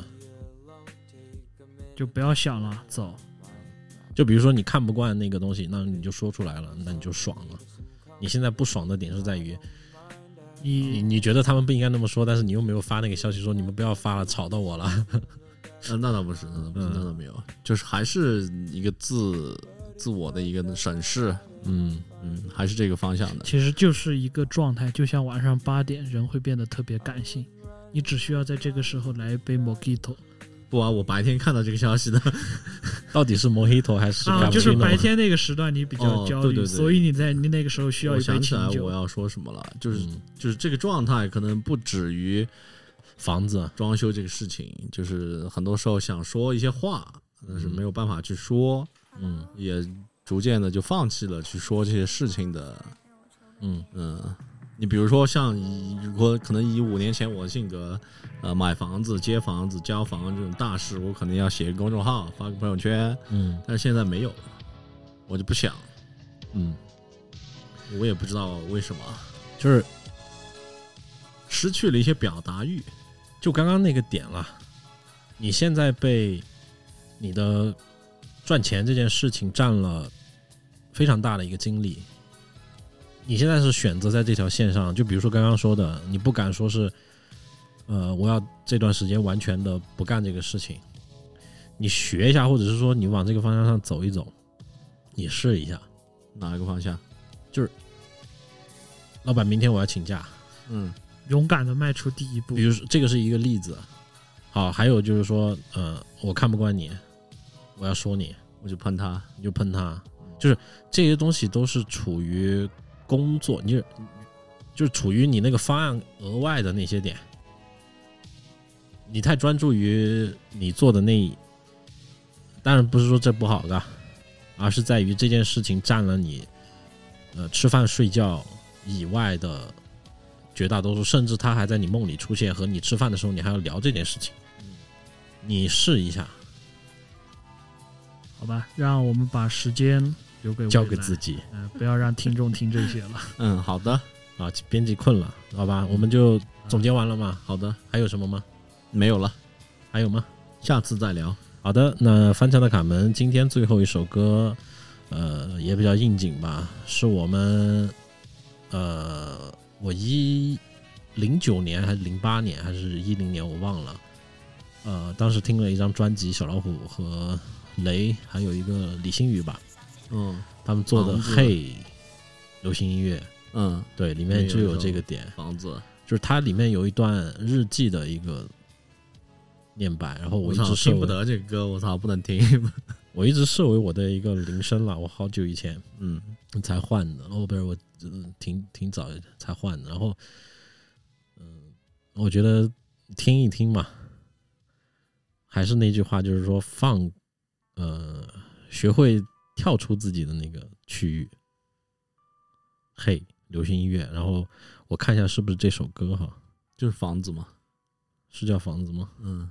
Speaker 3: 就不要想了，走。
Speaker 2: 就比如说你看不惯那个东西，那你就说出来了，那你就爽了。你现在不爽的点是在于，你
Speaker 3: 你
Speaker 2: 你觉得他们不应该那么说，但是你又没有发那个消息说你们不要发了，吵到我了。
Speaker 4: 呃，那倒不是，那倒不是，
Speaker 2: 嗯
Speaker 4: 那倒没有，就是还是一个自自我的一个审视，
Speaker 2: 嗯，
Speaker 4: 嗯，还是这个方向的。
Speaker 3: 其实就是一个状态，就像晚上八点，人会变得特别感性。你只需要在这个时候来一杯 Mojito
Speaker 4: 不啊，我白天看到这个消息的，
Speaker 2: 到底是 Mojito 还是
Speaker 3: 啊，
Speaker 2: cappuccino？
Speaker 3: 就是白天那个时段你比较
Speaker 4: 哦
Speaker 3: 焦虑，
Speaker 4: 对对对
Speaker 3: 所以你在你那个时候需要
Speaker 4: 我
Speaker 3: 一杯
Speaker 4: 想起来
Speaker 3: 清
Speaker 4: 我
Speaker 3: 酒。
Speaker 4: 要说什么了，就是、
Speaker 2: 嗯
Speaker 4: 就是这个状态可能不止于
Speaker 2: 房子，
Speaker 4: 装修这个事情，就是很多时候想说一些话，但是没有办法去说，
Speaker 2: 嗯
Speaker 4: 也逐渐的就放弃了去说这些事情的。
Speaker 2: 嗯
Speaker 4: 嗯，你比如说像以如果可能以五年前我的性格，呃，买房子、接房子、交房这种大事，我可能要写个公众号、发个朋友圈，
Speaker 2: 嗯
Speaker 4: 但是现在没有了，我就不想，
Speaker 2: 嗯，
Speaker 4: 我也不知道为什么，
Speaker 2: 就是
Speaker 4: 失去了一些表达欲。
Speaker 2: 就刚刚那个点了，你现在被你的赚钱这件事情占了非常大的一个精力。你现在是选择在这条线上，就比如说刚刚说的，你不敢说是，呃，我要这段时间完全的不干这个事情，你学一下，或者是说你往这个方向上走一走，你试一下。
Speaker 4: 哪一个方向？
Speaker 2: 老板，明天我要请假，
Speaker 4: 嗯，
Speaker 3: 勇敢的迈出第一步
Speaker 2: 比，如说这个是一个例子。好，还有就是说，呃，我看不惯你，我要说你，
Speaker 4: 我就喷他。
Speaker 2: 你就喷他，就是这些东西都是处于工作，你就就是处于你那个方案额外的那些点，你太专注于你做的那，当然不是说这不好的，而是在于这件事情占了你，呃，吃饭睡觉以外的绝大多数，甚至它还在你梦里出现，和你吃饭的时候你还要聊这件事情，你试一下，
Speaker 3: 好吧？让我们把时间留给未
Speaker 2: 交给
Speaker 3: 来
Speaker 2: 自己。
Speaker 3: 嗯、不要让听众听这些 了。
Speaker 4: 嗯，好的，
Speaker 2: 啊，编辑困了，好吧，我们就总结完了嘛。
Speaker 4: 好的，
Speaker 2: 还有什么吗？
Speaker 4: 没有了，
Speaker 2: 还有吗？
Speaker 4: 下次再聊。
Speaker 2: 好的，那翻墙的卡门今天最后一首歌，呃，也比较应景吧，是我们，呃，我一零九年还是零八年还是一零年我忘了，呃，当时听了一张专辑，小老虎和雷还有一个李星宇吧，
Speaker 4: 嗯
Speaker 2: 他们做的
Speaker 4: 房
Speaker 2: 《
Speaker 4: 子
Speaker 2: 嘿》流行音乐，
Speaker 4: 嗯，
Speaker 2: 对，里面就有这个点。
Speaker 4: 房子，
Speaker 2: 就是它里面有一段日记的一个念白，然后我
Speaker 4: 我
Speaker 2: 一
Speaker 4: 操，
Speaker 2: 直设
Speaker 4: 听不
Speaker 2: 为
Speaker 4: 得这个歌，我操，不能 听。
Speaker 2: 我一直设为我的一个铃声了，我好久以前
Speaker 4: 嗯
Speaker 2: 才换的，哦不是我呃挺挺早才换的，然后嗯、我觉得听一听嘛，还是那句话，就是说放呃学会跳出自己的那个区域，嘿，流行音乐，然后我看一下是不是这首歌哈，
Speaker 4: 就是房子嘛。
Speaker 2: 是叫房子吗？
Speaker 4: 嗯，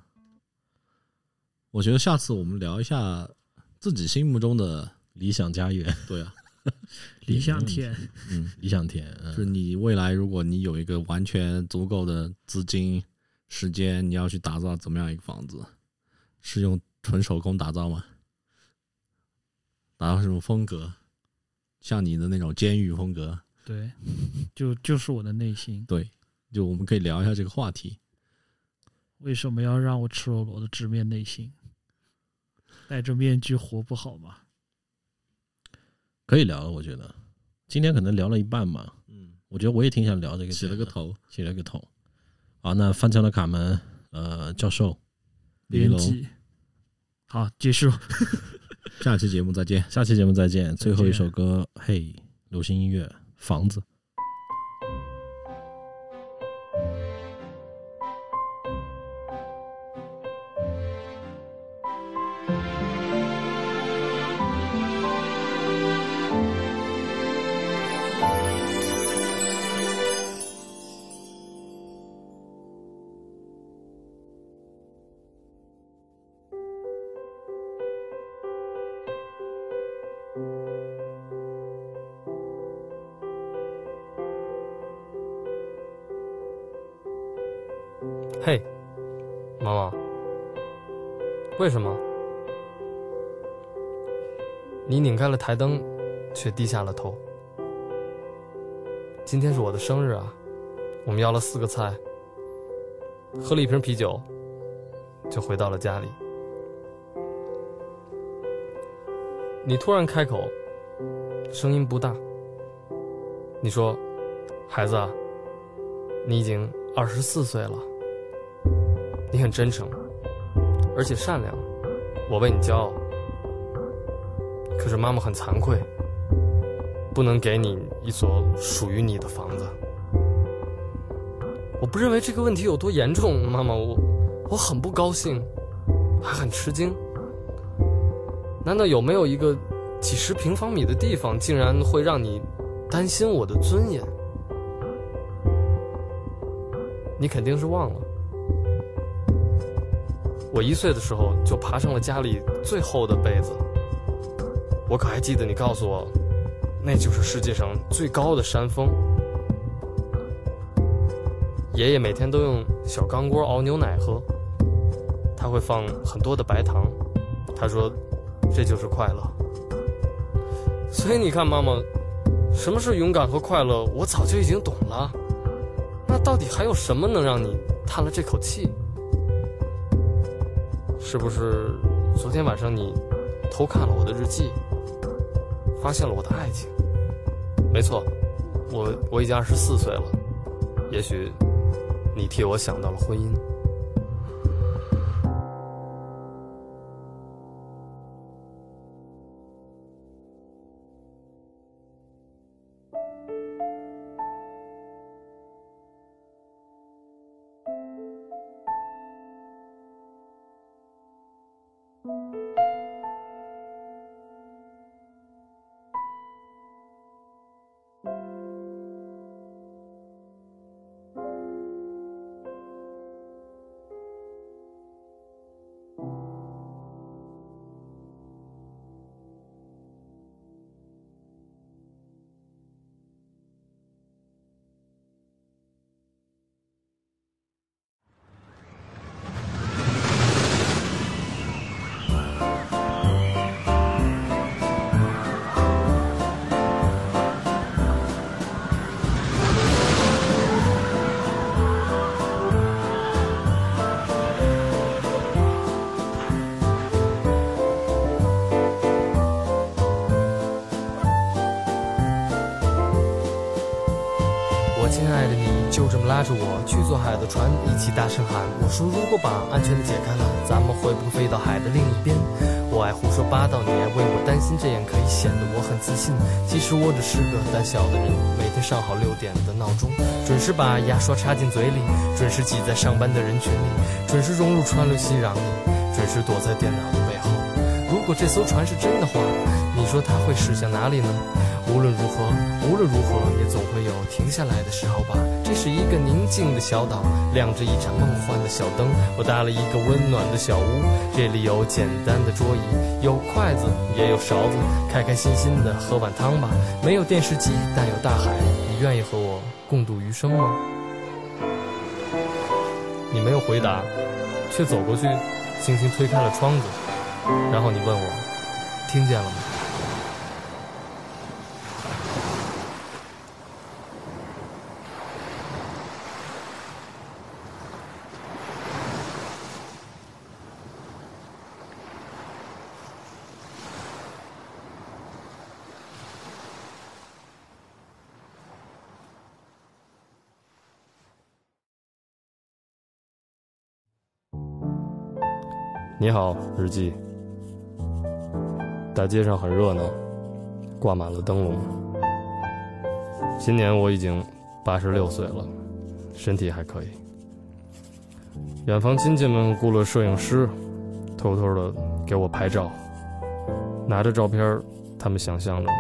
Speaker 4: 我觉得下次我们聊一下自己心目中的，
Speaker 2: 理想家园，
Speaker 4: 对啊，
Speaker 3: 理想天，
Speaker 4: 嗯，
Speaker 2: 理想田，
Speaker 4: 就
Speaker 2: 嗯
Speaker 4: 是你未来如果你有一个完全足够的资金、时间，你要去打造怎么样一个房子？是用纯手工打造吗？打造什么风格？像你的那种监狱风格？
Speaker 3: 对，就就是我的内心。
Speaker 4: 就我们可以聊一下这个话题。
Speaker 3: 为什么要让我赤裸裸的直面内心？戴着面具活不好吗？
Speaker 2: 可以聊了，我觉得今天可能聊了一半吧，
Speaker 4: 嗯，
Speaker 2: 我觉得我也挺想聊这个，
Speaker 4: 起了个，头，
Speaker 2: 起了个头。好，那翻墙的卡门，呃，教授，
Speaker 4: 李
Speaker 3: 编
Speaker 4: 龙，
Speaker 3: 辑。好，结束。
Speaker 4: 下期节目再见。
Speaker 2: 下期节目再见。最后一
Speaker 3: 再见
Speaker 2: 首歌，嘿，流行音乐，房子。
Speaker 5: 嘿，毛毛，为什么？你拧开了台灯，却低下了头。今天是我的生日啊，我们要了四个菜，喝了一瓶啤酒，就回到了家里。你突然开口，声音不大。你说：“孩子啊，你已经二十四岁了。”你很真诚，啊而且善良，我为你骄傲。可是妈妈很惭愧，不能给你一所属于你的房子。我不认为这个问题有多严重，妈妈，我我很不高兴，还很吃惊。难道有没有一个几十平方米的地方，竟然会让你担心我的尊严？你肯定是忘了。我一岁的时候就爬上了家里最厚的被子。我可还记得你告诉我，那就是世界上最高的山峰。爷爷每天都用小钢锅熬牛奶喝，他会放很多的白糖，他说这就是快乐。所以你看，妈妈，什么是勇敢和快乐，我早就已经懂了。那到底还有什么能让你叹了这口气？是不是昨天晚上你偷看了我的日记，发现了我的爱情？没错，我我已经二十四岁了，也许你替我想到了婚姻。亲爱的你就这么拉着我去坐海的船，一起大声喊。我说如果把安全的解开了，咱们会不会飞到海的另一边？我爱胡说八道，你爱为我担心，这样可以显得我很自信。其实我只是个胆小的人，每天上好六点的闹钟，准时把牙刷插进嘴里，准时挤在上班的人群里，准时融入川流熙攘里，准时躲在电脑的背后。如果这艘船是真的话，你说它会驶向哪里呢？无论如何，无论如何，也总会有停下来的时候吧。这是一个宁静的小岛，亮着一盏梦幻的小灯。我搭了一个温暖的小屋，这里有简单的桌椅，有筷子，也有勺子。开开心心的喝碗汤吧。没有电视机，但有大海。你愿意和我共度余生吗？你没有回答，却走过去，轻轻推开了窗子，然后你问我，听见了吗？你好，日记。大街上很热闹，挂满了灯笼。今年我已经八十六岁了，身体还可以。远房亲戚们雇了摄影师，偷偷的给我拍照。拿着照片儿，他们想象着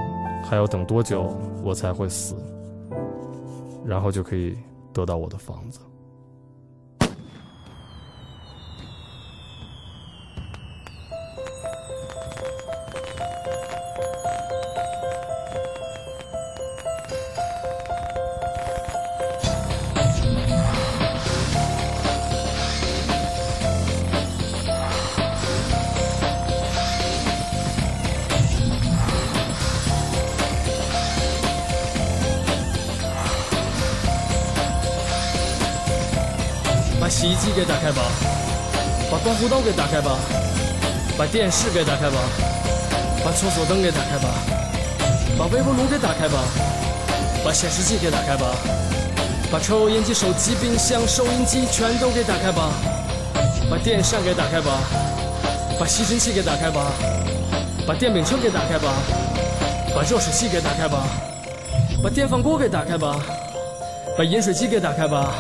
Speaker 5: 还要等多久我才会死，然后就可以得到我的房子。把洗衣机给打开吧，把刮胡刀给打开吧，把电视给打开吧，把厕所灯给打开吧，把微波炉给打开吧，把显示器给打开吧，把抽油烟机、手机、冰箱、收音机全都给打开吧，把电扇给打开吧，把吸尘器给打开吧，把电饼铛给打开吧，把热水器给打开吧，把电饭锅给打开吧，把饮水机给打开吧。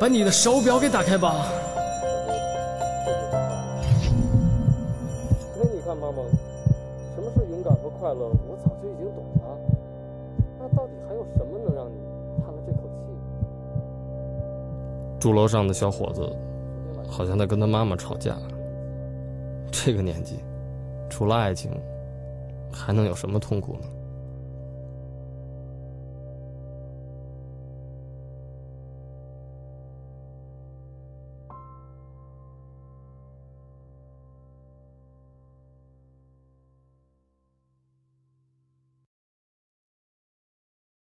Speaker 5: 把你的手表给打开吧。所以你看，妈妈，什么是勇敢和快乐，我早就已经懂了。那到底还有什么能让你叹了这口气？住楼上的小伙子，好像在跟他妈妈吵架。这个年纪，除了爱情，还能有什么痛苦呢？